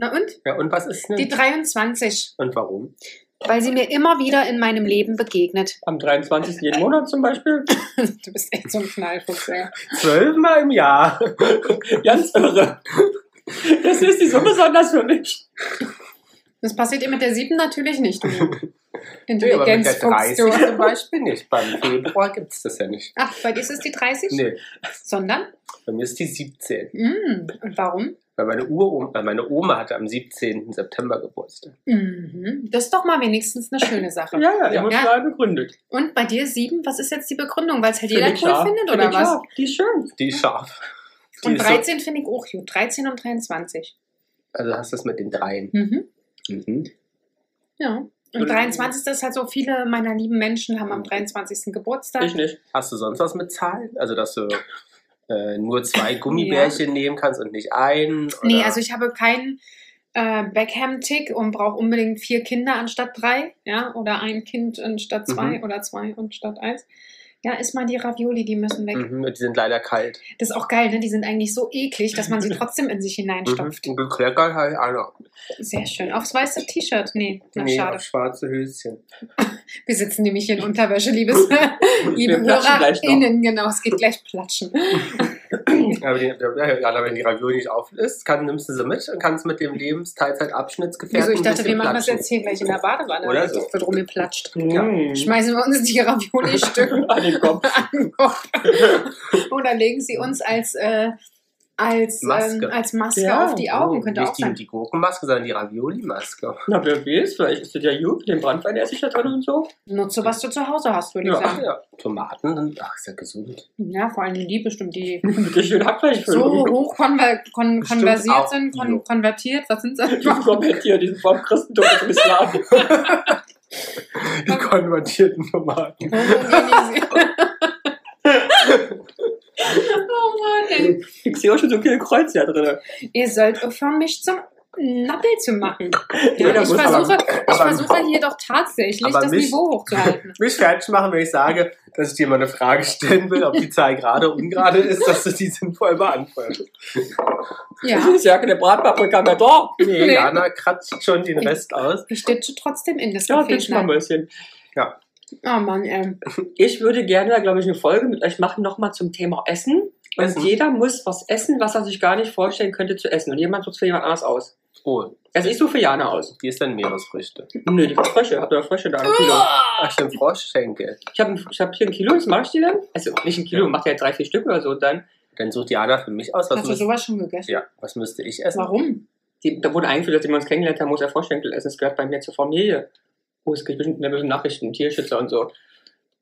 Na und? Ja, und was ist Die denn? 23, Und warum? weil sie mir immer wieder in meinem Leben begegnet. Am 23. jeden Monat zum Beispiel. Du bist echt so ein Knallfuchs, ey. Zwölfmal im Jahr. Ganz irre. Das ist nicht so besonders für mich. Das passiert ihr mit der 7 natürlich nicht. du. Nee, aber mit der 30 Intelligenzfuchs, du. zum Beispiel nicht. Beim Februar gibt es das ja nicht. Ach, bei dir ist es die 30? Nee, Sondern? bei mir ist die 17. Mm, und warum? Weil meine, Uroma, weil meine Oma hatte am 17. September Geburtstag. Mhm. Das ist doch mal wenigstens eine schöne Sache. Ja, ja, emotional begründet. Und bei dir sieben, was ist jetzt die Begründung? Weil es halt Finde jeder ich cool scharf. findet, Finde oder ich was? scharf. Die ist schön. Die ist scharf. Die Und ist so- 13 finde ich auch gut. um 13 und 23. also hast du es mit den Dreien. Mhm. Mhm. Ja. Und Oder- 23. ist halt so, viele meiner lieben Menschen Mhm. haben am 23. Geburtstag. Ich nicht. Hast du sonst was mit Zahlen? Also, dass du äh, nur zwei Gummibärchen nehmen kannst und nicht einen? Oder? nee, also ich habe keinen äh, Beckham-Tick und brauche unbedingt vier Kinder anstatt drei. Ja, oder ein Kind anstatt zwei Mhm. oder zwei anstatt eins. Ja, ist mal die Ravioli, die müssen weg. Mhm, die sind leider kalt. Das ist auch geil, ne? Die sind eigentlich so eklig, dass man sie trotzdem in sich hineinstopft. Mhm. Gekleckert halt einer. Sehr schön. Aufs weiße T-Shirt? Nee, na Nee, schade. auf schwarze Höschen. Wir sitzen nämlich hier in Unterwäsche, liebes, Wir liebe platschen gleich noch. HörerInnen. Genau, es geht gleich platschen. Aber die, ja, wenn die Ravioli nicht auf ist, kann, nimmst du sie mit und kannst mit dem Lebensteilzeitabschnittsgefährten Wieso? Ich dachte, wir bisschen machen das klatschen. jetzt hier gleich in der Badewanne. Oder Das so. Mhm. wird rumgeplatscht. Ja. Mm. Schmeißen wir uns die Ravioli-Stücke An den Kopf. an den Kopf. Oder legen sie uns als, äh, als, Maske. Ähm, als Maske Ja. auf die Augen. Könnte Oh, nicht auch sein. Die, die Gurkenmaske, sondern die Ravioli-Maske. Na, wer weiß, vielleicht ist das ja gut mit dem Brandwein, der sich da drin und so. Nutze, was du zu Hause hast, würde ich Ja. sagen. Ja. Tomaten, ach, ist ja gesund. Ja, vor allem die bestimmt, die Wirklich schön so oh. Hackfleischfüllung. hoch konver kon Bestimmt konversiert auch sind, Bio. kon konvertiert. Was sind sie? Du kommst hier diesen vom Christentum zum Islam. Die konvertierten Tomaten. Homogenisiert. oh Mann, ey. Ich sehe auch schon so viele Kreuze da drin. Ihr sollt aufhören, mich zum Nappel zu machen. Ja, ich das muss versuche, ich aber- versuche hier doch tatsächlich aber das mich- Niveau hochzuhalten. Mich fertig machen, wenn ich sage, dass ich dir mal eine Frage stellen will, ob die Zahl gerade oder ungerade ist, dass du die sinnvoll beantwortest. Das Ja. ist ja keine Bratpaprika mehr da. Nee, Nee. Jana kratzt schon den Rest aus. Ich ditche trotzdem in das Ja, Café. pitch mal ein Ja, bisschen. oh Mann, ähm, Ich würde gerne, glaube ich, eine Folge mit euch machen, nochmal zum Thema Essen. Und Essen? jeder muss was essen, was er sich gar nicht vorstellen könnte zu essen. Und jemand sucht für jemand anders aus. Oh, Also ich suche für Jana aus. wie ist denn Meeresfrüchte? Nö, die Frösche. Habt ihr Frösche da? Ein Kilo. Ach, stimmt, Froschschenkel. Ich habe ich hab hier ein Kilo, das mache ich dir dann. Also nicht ein Kilo, macht ja drei, vier Stück oder so. Und dann, Dann sucht Jana für mich aus, was, hast du müsste, sowas schon gegessen? ja, was müsste ich essen. Warum? die, da wurde eingeführt, dass wir uns kennengelernt haben, muss er Froschschenkel essen. Das gehört bei mir zur Familie. Oh, es gibt bestimmt nervöse Nachrichten, Tierschützer und so.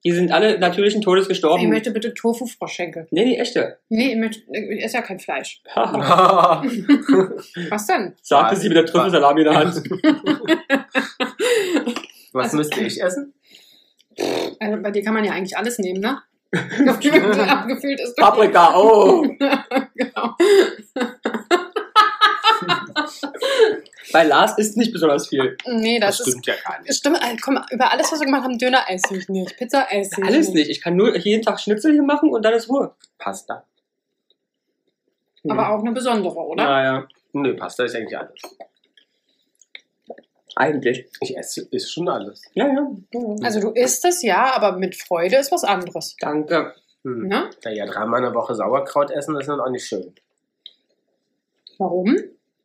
Die sind alle natürlichen Todes Ich gestorben. Nee, möchte bitte Tofu-Froschschenkel. nee, echte. Nee, ich möchte, ich esse ja kein Fleisch. Haha, Was denn? Sagte sie mit der Trüffelsalami in der Hand. was Also- müsste ich essen? Also, bei dir kann man ja eigentlich alles nehmen, ne? Abgefüllt abgefüllt ist doch. Paprika, oh! Genau. Bei Lars ist nicht besonders viel. Nee, das, ist. stimmt ja gar nicht. Stimmt, also, komm, über alles, was wir gemacht haben, Döner esse ich nicht, Pizza esse ich Alles nicht. Ich kann nur jeden Tag Schnitzel hier machen und dann ist Ruhe. Hm. Pasta. ne? Aber auch ne? eine besondere, oder? Naja, Nö, Pasta ist eigentlich alles. eigentlich. Ich esse ist schon alles. Ja, ja. Also du isst es ja, aber mit Freude ist was anderes. Danke. Hm. Ne? Da ja dreimal in der Woche Sauerkraut essen, das ist dann auch nicht schön. Warum?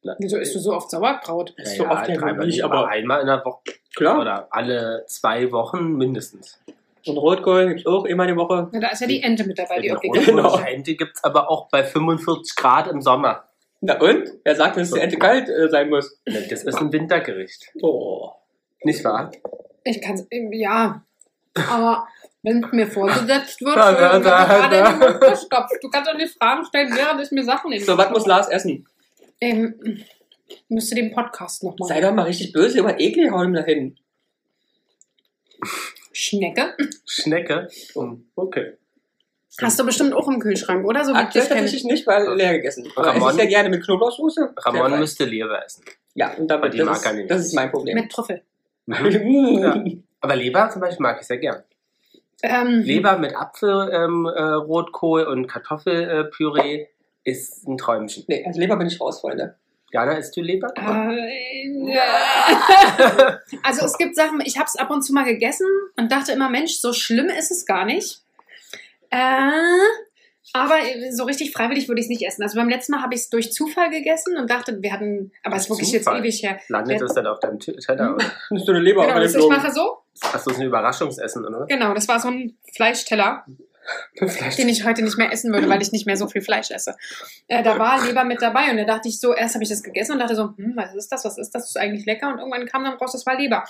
Na, Wieso isst du so oft Sauerkraut? naja, so oft ja dreimal wohl nicht, nicht, aber aber- einmal in der Woche Klar. oder alle zwei Wochen mindestens. Und Rotkohl gibt's auch immer die Woche. Na, da ist ja die Ente mit dabei, die Mit auch einer vegan Genau. roten Ente gibt es aber auch bei 45 Grad im Sommer. Na und? Wer sagt, dass die Ente kalt äh, sein muss? Ne, Das ist ein Wintergericht. Oh. Nicht wahr? Ich kann's, äh, ja. Aber wenn es mir vorgesetzt wird, Da, da, dann da, gerade da. in den Mund gestopft. Du kannst doch nicht Fragen stellen, während ich mir Sachen nehme. So, was muss Lars essen? Ähm, müsste den Podcast Sei nochmal. doch mal richtig böse, über eklig hau ihm da hin. Schnecke. Schnecke. Hm, Okay. Hast du bestimmt auch im Kühlschrank, oder? So wie ich Aktuell dich kenne. tatsächlich nicht, weil leer gegessen. Aber Ramon- esse ich ja gerne mit Knoblauchsoße. Sehr Ramon fein. müsste Leber essen. Ja, und Aber damit, die das, mag ist, er nicht. das ist mein Problem. Mit Trüffel. Ja. Mhm. Aber Leber zum Beispiel mag ich sehr gern. Ähm, Leber mit Apfel, ähm, äh, Rotkohl und Kartoffelpüree ist ein Träumchen. Nee, also Leber bin ich raus, Freunde. Jana, isst du Leber? Äh, also es gibt Sachen, ich habe es ab und zu mal gegessen und dachte immer, Mensch, so schlimm ist es gar nicht. Äh, aber so richtig freiwillig würde ich es nicht essen. Also beim letzten Mal habe ich es durch Zufall gegessen und dachte, wir hatten, aber es ist wirklich Zufall? jetzt ewig her. Landet Ja. das dann auf deinem T- Teller? oder? Nimmst du eine Leber Genau, auf den das ich Blumen? mache so. Achso, das ist ein Überraschungsessen, oder? Genau, das war so ein Fleischteller, den ich heute nicht mehr essen würde, weil ich nicht mehr so viel Fleisch esse. Äh, da war Leber mit dabei und da dachte ich so, erst habe ich das gegessen und dachte so, hm, was ist das, was ist das, das ist eigentlich lecker und irgendwann kam dann raus, das war Leber.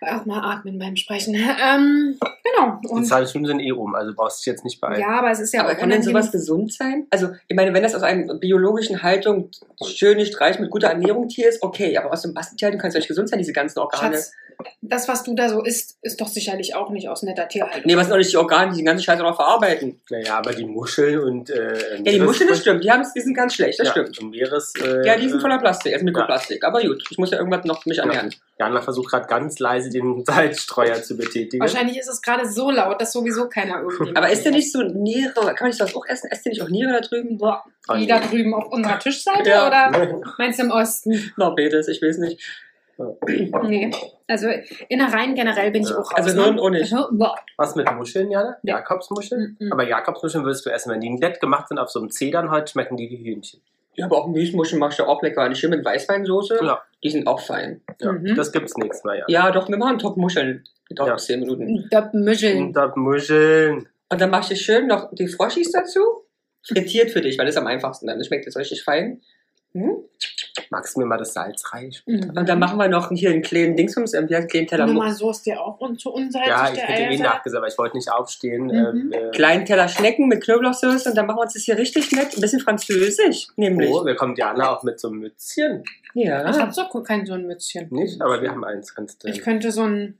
Auch mal atmen beim Sprechen. Ähm, genau. Die Und, Zahlen sind eh um, also brauchst du dich jetzt nicht beeilen. ja, aber es ist ja Aber auch kann denn unangenehm. sowas gesund sein? Also, ich meine, wenn das aus einer biologischen Haltung schön nicht reich mit guter Ernährung hier ist, okay, aber aus dem Bastentierhaltung kann es doch nicht gesund sein, diese ganzen Organe. Schatz, das, was du da so isst, ist doch sicherlich auch nicht aus netter Tierhaltung. Nee, was sind doch nicht die Organe, die den ganzen Scheiß auch noch verarbeiten. Naja, aber die Muscheln und. Äh, Ja, die Muscheln, das stimmt, die, haben, die sind ganz schlecht, das ja, stimmt. Und Meeres, äh, Ja, die sind voller äh, Plastik, also Mikroplastik. Aber gut, ich muss ja irgendwas noch mich ernähren. Jana versucht gerade ganz leise den Salzstreuer zu betätigen. Wahrscheinlich ist es gerade so laut, dass sowieso keiner irgendwie. Aber ist der nicht so Niere? Kann man nicht sowas auch essen? Esst der nicht auch Niere da drüben? Boah, Oh, Die nee. da drüben auf unserer Tischseite Ja. oder meinst du im Osten? noch Betes, ich weiß nicht. Nee. Also Innereien generell bin ich Ja. auch raus. Also ne? Hirn ohne ich. Hir- Boah. Was mit Muscheln, Jana? Ja. Jakobsmuscheln? Mhm. Aber Jakobsmuscheln würdest du essen. Wenn die nett gemacht sind auf so einem Zedernholz, schmecken die wie Hühnchen. Ja, aber auch Milchmuscheln machst du auch lecker. Eine schön mit Weißweinsoße, Ja. die sind auch fein. Ja, Mhm. Das gibt's nächstes Mal, ja. Ja, doch, wir machen Top-Muscheln. Die dauern Ja. bis 10 Minuten. Da Muscheln. Und das Muscheln. Und dann machst du schön noch die Froschis dazu. Frittiert für dich, weil das ist am einfachsten dann. Das schmeckt jetzt richtig fein. Hm? Magst du mir mal das Salz reich? Mhm. Und dann machen wir noch hier einen kleinen Dings ums einen kleinen Teller. Nur Mo- mal so ist der auch und zu unserer Ja, Sicht ich der hätte eh Eiersalat. nachgesagt, aber ich wollte nicht aufstehen. Mhm. Ähm, äh, Kleinen Teller Schnecken mit Knoblauchsoße und dann machen wir uns das hier richtig nett. Ein bisschen französisch, nämlich. oh, wir kommen Jana auch mit so einem Mützchen. Ich Ja. hab so kein so ein Mützchen. Nicht? Aber wir haben eins, kannst du. Ich könnte so ein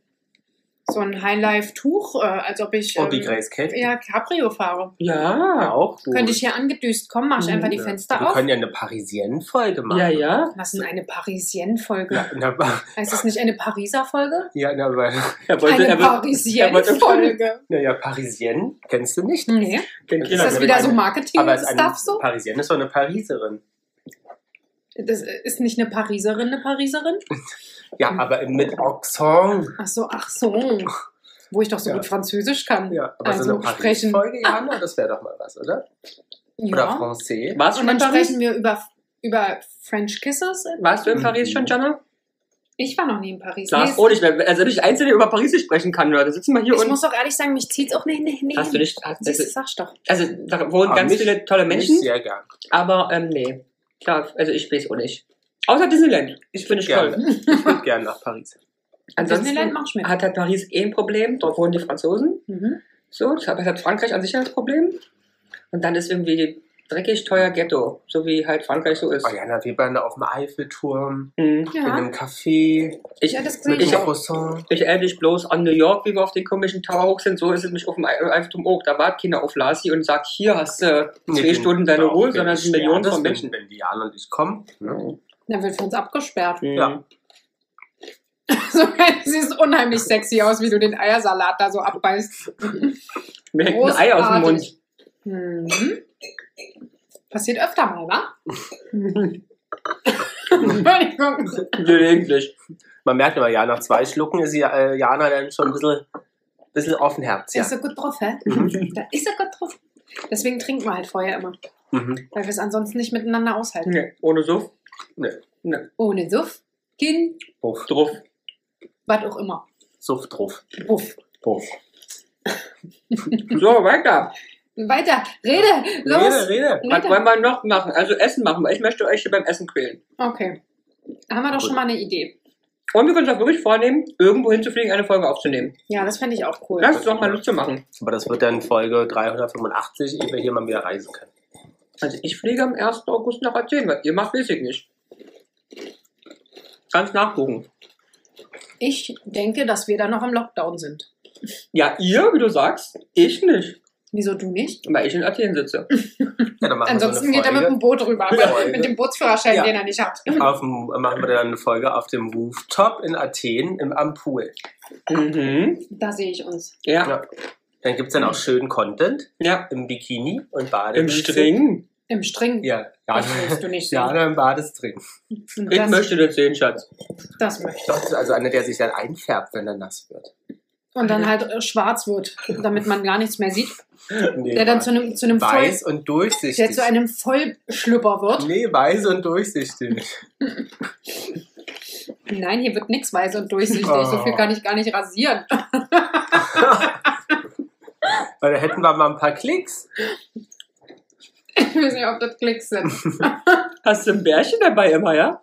so ein Highlife-Tuch, äh, als ob ich Und Oh, die ähm, Grace Kelly. ja, Cabrio fahre. Ja. Auch gut. Könnte ich hier angedüst kommen, mach ich Mhm. einfach die Ja. Fenster Wir auf. können ja eine Parisienne-Folge machen. Ja, ja. Was ist denn eine Parisienne-Folge? Na, na, Heißt das nicht eine Pariser Folge? ja, na, aber- Er Eine er wollte- er wollte- Parisienne-Folge. na ja, Parisienne kennst du nicht. Nee. Kennt Hm. Ist Ist jeder. das aber wieder eine- so genau, Aber es ist eine Marketing-Stuff so? Parisienne ist doch eine Pariserin. Das äh, ist nicht eine Pariserin eine Pariserin? Ja, Hm. aber mit Oxon. Ach so, ach so. Wo ich doch so Ja. gut Französisch kann. Ja, aber Also so eine sprechen. Paris-Folge, Johanna, das wäre doch mal was, oder? Oder Ja. Francais. Warst du Und schon in dann Paris? sprechen wir über, über French Kisses. Warst du in Mhm. Paris schon, Jana? Ich war noch nie in Paris. Lars Nee, froh nicht, weil- also nicht einzelne über Paris nicht sprechen kann, Leute. Sitzen wir hier ich und muss doch ehrlich sagen, mich zieht's auch nicht hin. hast du nicht, hast, Siehst du, also, sag's doch. also da wohnen Aber ganz mich- viele tolle Ah, Nicht Menschen, sehr gern. aber ähm, nee, klar, also ich weiß auch nicht. Außer Disneyland, ich finde ich Gerne. toll. Ich würde gerne nach Paris. Disneyland Ansonsten machst du mit. hat halt Paris eh ein Problem, dort wohnen die Franzosen, Mhm. so, deshalb hat Frankreich an sich das Problem. Und dann ist irgendwie dreckig teuer Ghetto, so wie halt Frankreich so ist. Oh, Jana, wir waren da auf dem Eiffelturm, Mhm. in Ja. einem Café, Ich, Ja, das mit Ich- einem Croissant. Ich erinnere dich bloß an New York, wie wir auf den komischen Tower hoch sind. So ist es mich auf dem Ei- Eiffelturm hoch. Da war keiner auf Lasi und sagt, hier hast du äh, zwei Nee, Stunden deine doch, Ruhe, wir sondern es sind Millionen sperren von das, Menschen. Wenn, wenn die Jana und ich kommen. Ne? Dann wird für uns abgesperrt. Ja. So, Sie siehst unheimlich sexy aus, wie du den Eiersalat da so abbeißt. Mir hängt ein Ei aus dem Mund. Großartig. Mhm. Passiert öfter mal, wa? Entschuldigung. Gelegentlich. Man merkt immer, ja, nach zwei Schlucken ist sie, äh, Jana dann schon ein bisschen, bisschen offenherziger. Ist so gut drauf, hä? Da ist er gut drauf. Deswegen trinken wir halt vorher immer, Mhm. weil wir es ansonsten nicht miteinander aushalten. Nee, ohne Suff. Nee. Nee. Ohne Suff, Kinn, Puff, Drauf. was auch immer. Suff drauf. Buff. Puff. So, weiter. Weiter, rede, los. Rede, rede. Was wollen wir noch machen? Also Essen machen. weil Ich möchte euch hier beim Essen quälen. Okay. Da haben wir doch Gut. schon mal eine Idee. Und wir können uns auch wirklich vornehmen, irgendwo hinzufliegen, eine Folge aufzunehmen. Ja, das fände ich auch cool. Lass uns doch mal Lust zu machen. Aber das wird dann Folge 385, ehe wir hier mal wieder reisen können. Also ich fliege am 1. August nach Athen, was ihr macht, weiß ich nicht. Ganz nachgucken. Ich denke, dass wir da noch im Lockdown sind. Ja, ihr, wie du sagst, ich nicht, Wieso du nicht? weil ich in Athen sitze. Ja, dann machen Ansonsten wir geht so er eine mit dem Folge. Boot rüber, Ja. aber mit dem Bootsführerschein, Ja. den er nicht hat. Auf dem, machen wir dann eine Folge auf dem Rooftop in Athen im, am Pool. Mhm. Da sehe ich uns. Ja, Ja. Dann gibt es dann auch schönen Content ja. im Bikini und Bade. Im String. Im String. Ja, ja, also Das willst du nicht sehen. ja dann im Badestring. Ich das, möchte das sehen, Schatz. das möchte Doch, Also einer, der sich dann einfärbt, wenn er nass wird. ich. Und dann halt äh, schwarz wird, damit man gar nichts mehr sieht. Nee, Der dann zu einem, zu einem, Voll, weiß und durchsichtig. der zu einem Vollschlüpper wird. nee, weiß und durchsichtig. Nein, hier wird nichts weiß und durchsichtig. Oh. So viel kann ich gar nicht rasieren. Weil da hätten wir mal ein paar Klicks. Ich weiß nicht, ob das Klicks sind. Hast du ein Bärchen dabei immer, ja?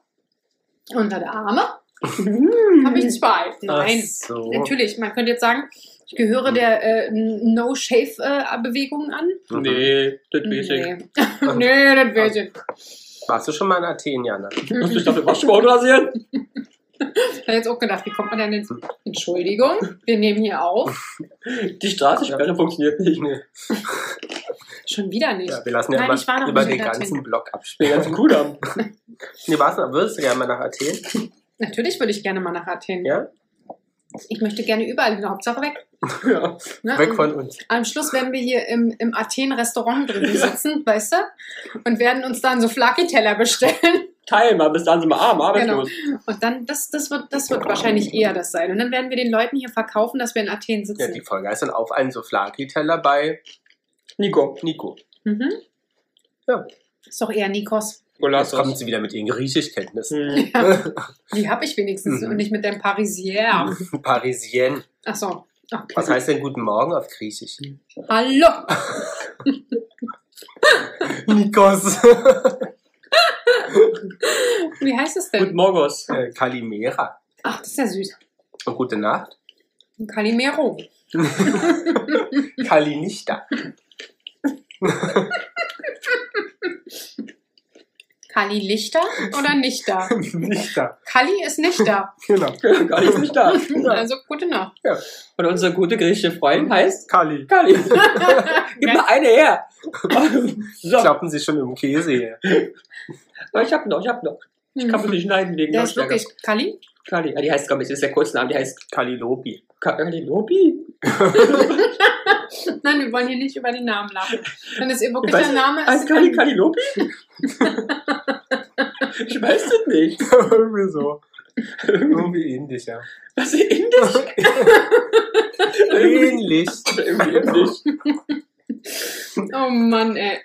Unter der Arme habe ich zwei. Nein. Hm. Ach so. Hm. Natürlich, man könnte jetzt sagen, ich gehöre der äh, No-Shave-Bewegung an. Mhm. Nee, das weiß ich. Nee, nee das weiß ich. Warst du schon mal in Athen, Jana? Musst du dich dafür Waschbord rasieren? Ich habe jetzt auch gedacht, wie kommt man denn jetzt? Hm. Entschuldigung, wir nehmen hier auf. Die Straßensperre funktioniert nicht. Nee. Schon wieder nicht. Ja, wir lassen ja Nein, ich war immer noch über nicht den in Athen. ganzen Block Den abspielen. ganzen Kudamm. Nee, warst du, würdest du gerne mal nach Athen? Natürlich würde ich gerne mal nach Athen. Ja? Ich möchte gerne überall hin, Hauptsache weg. Ja. Ne? Weg Und von uns. Am Schluss werden wir hier im, im Athen-Restaurant drin sitzen, weißt du? Und werden uns dann so Flaki-Teller bestellen. Teil mal, bis dann sind wir arm, arbeitslos. Und dann, das, das, wird, das wird wahrscheinlich eher das sein. Und dann werden wir den Leuten hier verkaufen, dass wir in Athen Ja, sitzen. die Folge heißt dann auf einen Souflaki-Teller bei Nico, Nico. mhm. Ja. Ist doch eher Nikos. Jetzt kommt Golassos. sie wieder mit ihren Griechischkenntnissen. Hm. Die habe ich wenigstens Mhm. und nicht mit dem Parisier. Parisienne. Ach so. Okay. Mhm. Was heißt denn Guten Morgen auf Griechisch? Hallo! Nikos. Wie heißt es Gut denn? Morgos. Äh, Kalimera. Ach, das ist ja süß. Und gute Nacht. Calimero. Kalinichta. Kali Lichter oder nicht da? nicht da. Kali ist nicht da. Genau. Kali ist nicht da. Also gute Nacht. Und unsere gute griechische Freundin heißt Kali. Kali. Gib mal eine her. so, Klappen sie schon im Käse her. ich hab noch, ich hab noch. Ich kann Hm. für dich schneiden wegen Der ist Lautstärke. wirklich Kali. Kali. Ja, die heißt, glaube ich, das ist der Kurzname, die heißt Kali Lopi. Kali Lobi. Nein, wir wollen hier nicht über den Namen lachen. Wenn es ihr wirklich Weiß- der Name Heißt ist, Kali dann Kali Lobi? ich weiß es nicht. Irgendwie so. Irgendwie ähnlich, ja. Was ist Indisch? Irgendwie- Ähnlich. Irgendwie Indisch. Oh Mann, ey.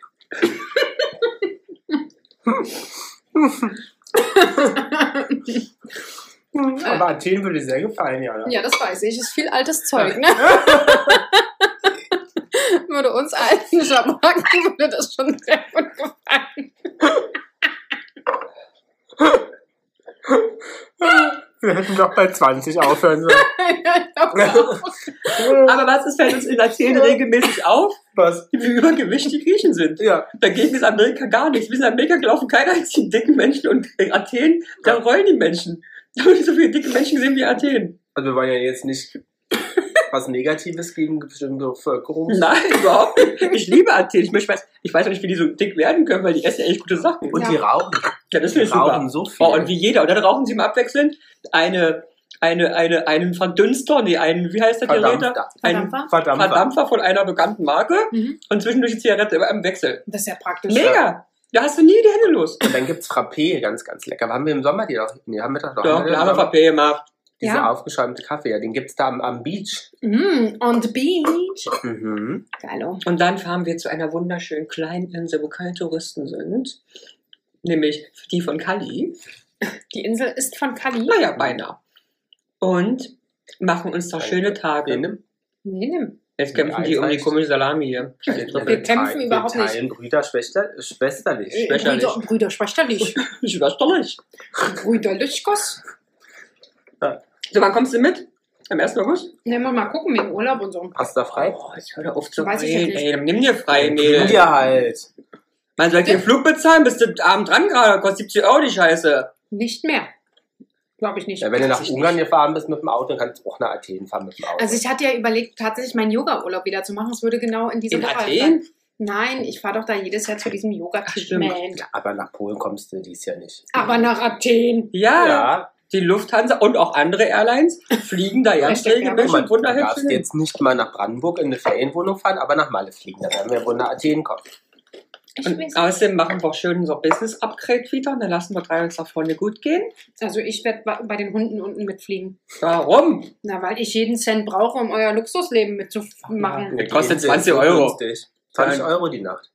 Aber Athen würde dir sehr gefallen, ja. Ja, das weiß ich. Ist viel altes Zeug, ne? würde uns alten Schabracken würde das schon sehr gut gefallen. Wir hätten doch bei 20 aufhören Ich glaub auch. sollen. Aber was ist, fällt uns in Athen regelmäßig auf, Was? wie übergewichtig die Griechen sind? Ja. Dagegen ist Amerika gar nichts. Wir sind in Amerika gelaufen, keine einzigen dicken Menschen. Und in Athen, da rollen die Menschen. Da haben wir so viele dicke Menschen gesehen wie in Athen. Also wir wollen ja jetzt nicht was Negatives gegen bestimmte Bevölkerung. Nein, überhaupt nicht. Ich liebe Athen. Ich, möchte, ich weiß auch nicht, wie die so dick werden können, weil die essen ja echt gute Sachen. Und die rauchen. Ja, das Die finde ich super. rauchen so viel. Oh, und wie jeder. Und dann rauchen sie mal abwechselnd eine, eine, eine, einen Verdünster, nee, einen, wie heißt der Geräter? Verdampfer. Einen Verdampfer? Verdampfer. Verdampfer von einer bekannten Marke Mhm. und zwischendurch die Zigarette immer im Wechsel. Das ist ja praktisch. Mega! Da hast du nie die Hände los. Und dann gibt's Frappé, ganz, ganz lecker. Haben wir im Sommer die doch? Nee, haben wir doch noch. Doch, Haben wir da im haben wir Sommer Papier gemacht. Dieser Ja. aufgeschäumte Kaffee, ja, den gibt's da am, am Beach. Mm, on the beach. Mhm. Geilo. Und dann fahren wir zu einer wunderschönen kleinen Insel, wo keine Touristen sind. Nämlich die von Kali. Die Insel ist von Kali. Mhm. Naja, beinahe. Und machen uns doch schöne In Tage. einem Nee, nimm. Jetzt kämpfen Ja, die um die jetzt komische Salami hier. Wir kämpfen teilen- überhaupt Also wir nicht. teilen Brüder, Schwester, schwesterlich. Schwächerlich. Äh, Brüder, Brüder, schwächterlich. Ich weiß doch nicht. Brüderlich, Kuss. So, wann kommst du mit? Am 1. August? Ne, mal, mal gucken wegen Urlaub und so. Hast du da frei? Oh, jetzt hör doch auf zu Weiß ich reden. ja nicht. Ey, dann nimm dir frei, Mädel. Ja, halt. Man sollte den Flug bezahlen, bist du abend dran gerade, kostet 70 Euro die Scheiße. Nicht mehr. Glaube ich nicht. Ja, wenn du nach Weiß ich Ungarn nicht. gefahren bist mit dem Auto, dann kannst du auch nach Athen fahren mit dem Auto. Also ich hatte ja überlegt, tatsächlich meinen Yoga-Urlaub wieder zu machen. Es würde genau in diese In Woche Athen? fallen. Nein, ich fahre doch da jedes Jahr zu diesem Yoga-Treatment. stimmt. Aber nach Polen kommst du dies Jahr nicht. Aber nach Athen. Ja, Ja, die Lufthansa und auch andere Airlines fliegen da ganz Richtig, ja. guck regelmäßig mal, und du darfst wunderhübsch hin. jetzt nicht mal nach Brandenburg in eine Ferienwohnung fahren, aber nach Malle fliegen. Da werden wir wohl nach Athen kommen. Ich Und weiß. außerdem machen wir auch schön unser Business-Upgrade wieder und dann lassen wir drei uns nach vorne gut gehen. Also ich werde bei den Hunden unten mitfliegen. Warum? Na, weil ich jeden Cent brauche, um euer Luxusleben mitzumachen. Die kostet Insel ist 20 Euro. günstig. 20 Euro die Nacht.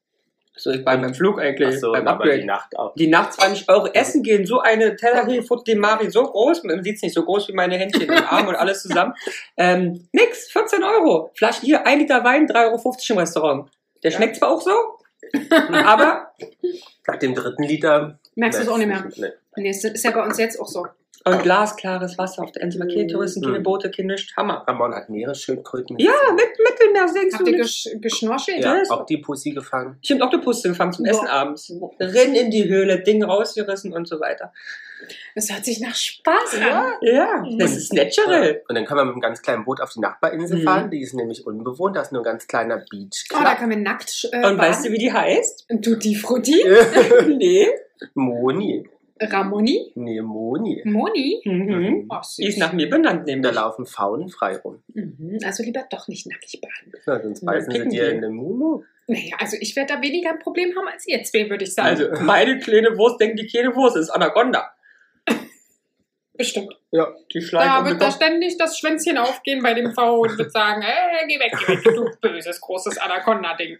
So, ich war beim Flug eigentlich, Achso, beim aber die Upgrade. Nacht auch. Die Nacht 20 Euro essen gehen, so eine Teller hier, Futter, die Mari, so groß, man sieht's nicht, so groß wie meine Händchen und Arm und alles zusammen. Ähm, nix, 14 Euro. Flasche hier, ein Liter Wein, 3,50 Euro im Restaurant. Der Ja. schmeckt zwar auch so, aber Nach dem dritten Liter. Merkst du es auch nicht mehr? Nee. Nee, es ist ja bei uns jetzt auch so. und glasklares Wasser auf der Insel, weil keine Touristen, keine Mhm. Boote, keine nichts. Hammer. Ramon hat Meeresschildkröten. Ja, mit Mittelmeer singst du Habt ihr nicht. gesch geschnorchelt? ja das- auch die Pussy gefangen. Ich hab Oktopus gefangen zum Boah. Essen abends. Renn in die Höhle, Ding rausgerissen und so weiter. Das hört sich nach Spaß an. Ja, das Mhm. ist natural. Und dann kann man mit einem ganz kleinen Boot auf die Nachbarinsel Mhm. fahren. Die ist nämlich unbewohnt. Da ist nur ein ganz kleiner Beach. Oh, da kann man nackt äh, Und weißt du, wie die heißt? wie Tutti Frutti? Nee. Moni. Ramoni? Nee, Moni. Moni? Mhm. Oh, Die ist süß. nach mir benannt, nämlich. Da laufen Faunen frei rum. Mhm, also lieber doch nicht nackig baden. Na, sonst Ja, beißen sie picken dir die. in den Mumu. Naja, also ich werde da weniger ein Problem haben als ihr zwei, würde ich sagen. Also, meine kleine Wurst denkt, die kleine Wurst ist Anaconda. Bestimmt. um Die Da Schlange wird da ständig das Schwänzchen aufgehen bei dem V und wird sagen, äh, geh weg, geh weg, du böses, großes Anaconda-Ding.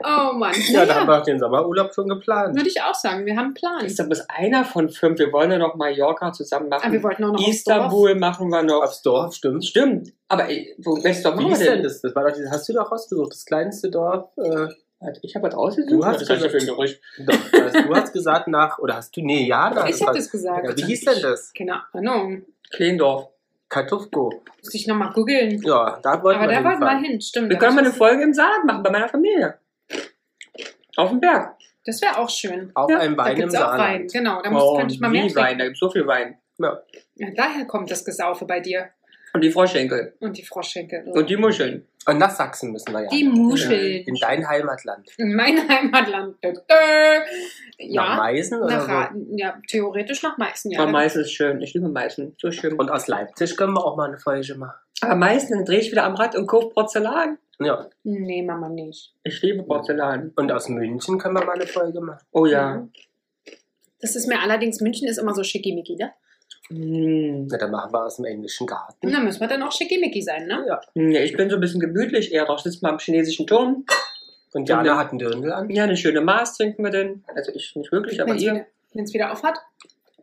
oh Mann. Ja, da haben wir auch den Sommerurlaub schon geplant. Würde ich auch sagen, wir haben einen Plan. ist doch bloß einer von fünf. Wir wollen ja noch Mallorca zusammen Aber Ah, wir machen. wollten auch noch aufs Dorf. Istanbul machen wir noch. Aufs Dorf, stimmt. Stimmt. Aber ey, wo welches Dorf Wie machen wir ist denn denn? das? Das war doch, dieses- hast du doch rausgesucht, das kleinste Dorf. Äh, Warte, Ich habe was ausgesucht. Du hast das ist ja für ein gesagt- Gerücht. doch, das, du hast gesagt nach, oder hast du, nee, ja, nach. Ich habe das gesagt. ja, Wie hieß denn das? Keine Ahnung. Kleindorf. Kartufko. Muss ich nochmal googeln. Ja, da wollten Aber wir da wollten wir hinfahren. hin, stimmt. Wir können mal eine Folge im Salat machen bei meiner Familie. Auf dem Berg. Das wäre auch schön. Auf Ja, einem Da Wein im gibt's auch Wein. Saarland. Genau, da muss, könnte ich mal Oh, wie mehr Wein, trinken. da gibt es so viel Wein. Ja. Ja, daher kommt das Gesaufe bei dir. Und die Froschenkel. Und die Froschschenkel. Und die Muscheln. Und nach Sachsen müssen wir ja. Die Muschel. In dein Heimatland. In mein Heimatland. Dö, dö. Nach Ja, Meißen oder nach, so. Ra- ja, theoretisch nach Meißen. Ja, genau. Aber Meißen ist schön. Ich liebe Meißen. So schön. Und aus Leipzig können wir auch mal eine Folge machen. Aber Meißen, dann drehe ich wieder am Rad und kaufe Porzellan. Ja. Nee, Mama nicht. Ich liebe Porzellan. Und aus München können wir mal eine Folge machen. Oh ja. Das ist mir allerdings, München ist immer so schickimicki, ne? Mm. Na, dann machen wir aus dem englischen Garten. Da müssen wir dann auch schickimicki sein, ne? Hm. Ja, ich bin so ein bisschen gemütlich eher doch. Sitzt mal am chinesischen Turm. Und Jana dann- hat einen Dirndl an. Ja, eine schöne Maß trinken wir denn. Also ich nicht wirklich, aber Wenn es ihr. wieder, wenn's wieder aufhat.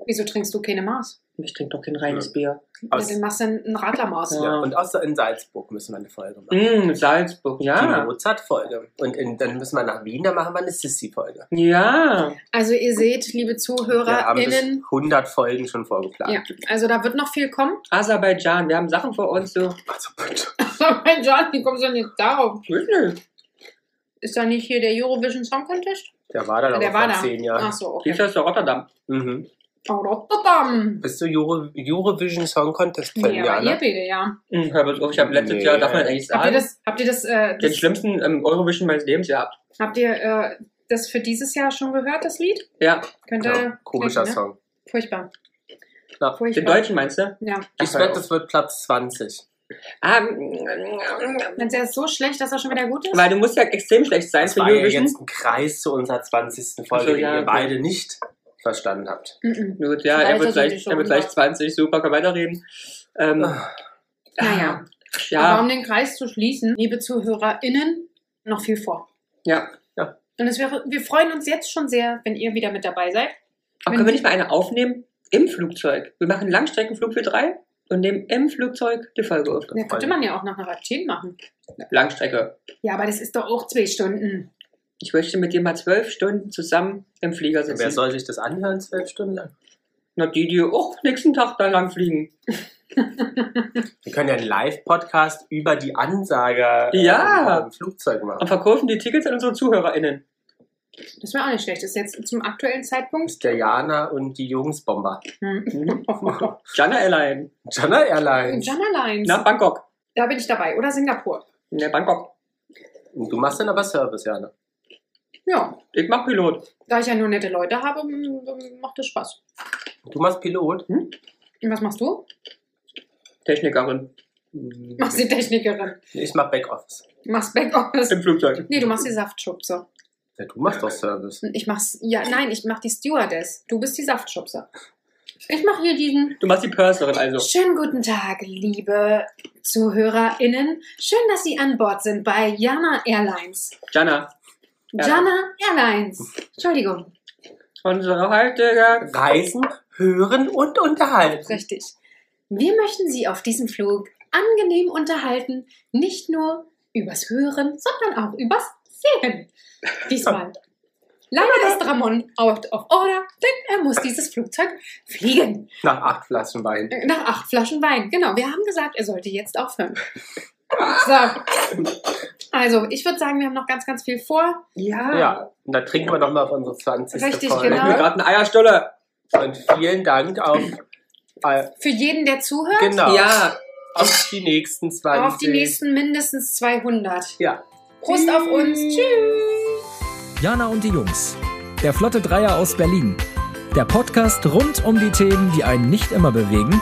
Wieso trinkst du keine Maß? Ich trinke doch kein reines Ja. Bier. Ja, Aus- dann machst du einen Radlermaß. Ja. Ja. Und aus in Salzburg müssen wir eine Folge Mhm. machen. Mm, Salzburg, Die Ah. ja. Mozart-Folge. Und in, dann müssen wir nach Wien, da machen wir eine Sissy-Folge. Ja. Also ihr seht, liebe Wir haben bis ZuhörerInnen, 100 Folgen schon vorgeplant. ja, also da wird noch viel kommen. Aserbaidschan, wir haben Sachen vor uns. So. Also bitte. mein John, wie kommst du denn jetzt darauf? Ich weiß nicht. Ist da nicht hier der Eurovision Song Contest? Der war da Der aber war vor da. Ah. zehn Ach Jahren. so, Dies okay. ist doch Rotterdam. Mhm. Oh, Rotterdam. Bist du Euro, Eurovision Song Contest Fan, Ja, ja, ihr ne? beide, ja. Mhm, hör bloß auf, ich habe letztes Nee. Jahr, darf man das eigentlich Habt ihr sagen, das, habt ihr das, äh, den das, schlimmsten ähm, Eurovision meines Lebens gehabt. habt ihr, äh, das für dieses Jahr schon gehört, das Lied? Ja, Könnte. Ja, Genau. komischer klicken, ne? Song. Furchtbar. Ja, den Furchtbar. Deutschen meinst du? Ja. Ich wette, das wird Platz 20. Ah, mm, Wenn er ist so schlecht, dass er schon wieder gut ist? weil du musst ja extrem schlecht sein Das für war ja Eurovision. jetzt ein Kreis zu unserer 20. Folge, Ach so, die ja, ihr okay. beide nicht verstanden habt. Mhm. Gut, ja, Alter, er wird, sind die gleich, schon er wird gleich da. 20, super, kann weiterreden. Ähm, Ah, Naja. Aber Ja, um den Kreis zu schließen, liebe ZuhörerInnen, noch viel vor. ja. Und es wäre, wir freuen uns jetzt schon sehr, wenn ihr wieder mit dabei seid. Aber können wir nicht mal eine aufnehmen im Flugzeug? Wir machen einen Langstreckenflug für drei und nehmen im Flugzeug die Folge auf. Ja, könnte man ja auch nach Ratschen machen. Langstrecke. Ja, aber das ist doch auch zwei Stunden. Ich möchte mit dir mal zwölf Stunden zusammen im Flieger sitzen. Wer soll sich das anhören, zwölf Stunden lang? Na, die, die auch nächsten Tag da lang fliegen. Wir können ja einen Live-Podcast über die Ansage äh, Ja. im Flugzeug Und machen. verkaufen die Tickets an unsere ZuhörerInnen. Das wäre auch nicht schlecht. Das ist jetzt zum aktuellen Zeitpunkt. Das ist Der Jana und die Jungsbomber. Mhm. Hm. Jana Airline. Jana Airlines. Jam Alliance. Nach Bangkok. Da bin ich dabei. Oder Singapur. Ne, Bangkok. Und du machst dann aber Service, Jana. Ja. Ich mach Pilot. Da ich ja nur nette Leute habe, m- m- macht das Spaß. Du machst Pilot. Und was machst du? Technikerin. Mhm. Machst die Technikerin. Ich mach Backoffice. Machst Backoffice. Im Flugzeug. Nee, du machst die Saftschubse. Ja, du machst doch Service. Ich mach's. Ja, nein, ich mach die Stewardess. Du bist die Saftschubse. Ich mach hier diesen. Du machst die Purserin also. Schönen guten Tag, liebe ZuhörerInnen. Schön, dass Sie an Bord sind bei Jana Airlines. Jana. Ja. Jana Airlines. Entschuldigung. Unsere heutige. Reisen, hören und unterhalten. Richtig. Wir möchten Sie auf diesem Flug angenehm unterhalten, nicht nur übers Hören, sondern auch übers Sehen. Diesmal. Leider ist Ramon out of order, denn er muss dieses Flugzeug fliegen. Nach acht Flaschen Wein. Äh, Nach acht Flaschen Wein. Genau, wir haben gesagt, er sollte jetzt aufhören. So. Also, ich würde sagen, wir haben noch ganz, ganz viel vor. Ja. Ja, und da trinken wir nochmal auf unsere 20. Richtig, Folge. Ich genau. mir gerade eine Eierstulle. Und vielen Dank auf, äh, Für jeden, der zuhört, genau, Ja. auf die nächsten 20. auf die nächsten mindestens 200. Ja. Prost auf uns. Tschüss. Jana und die Jungs. Der Flotte Dreier aus Berlin. Der Podcast rund um die Themen, die einen nicht immer bewegen,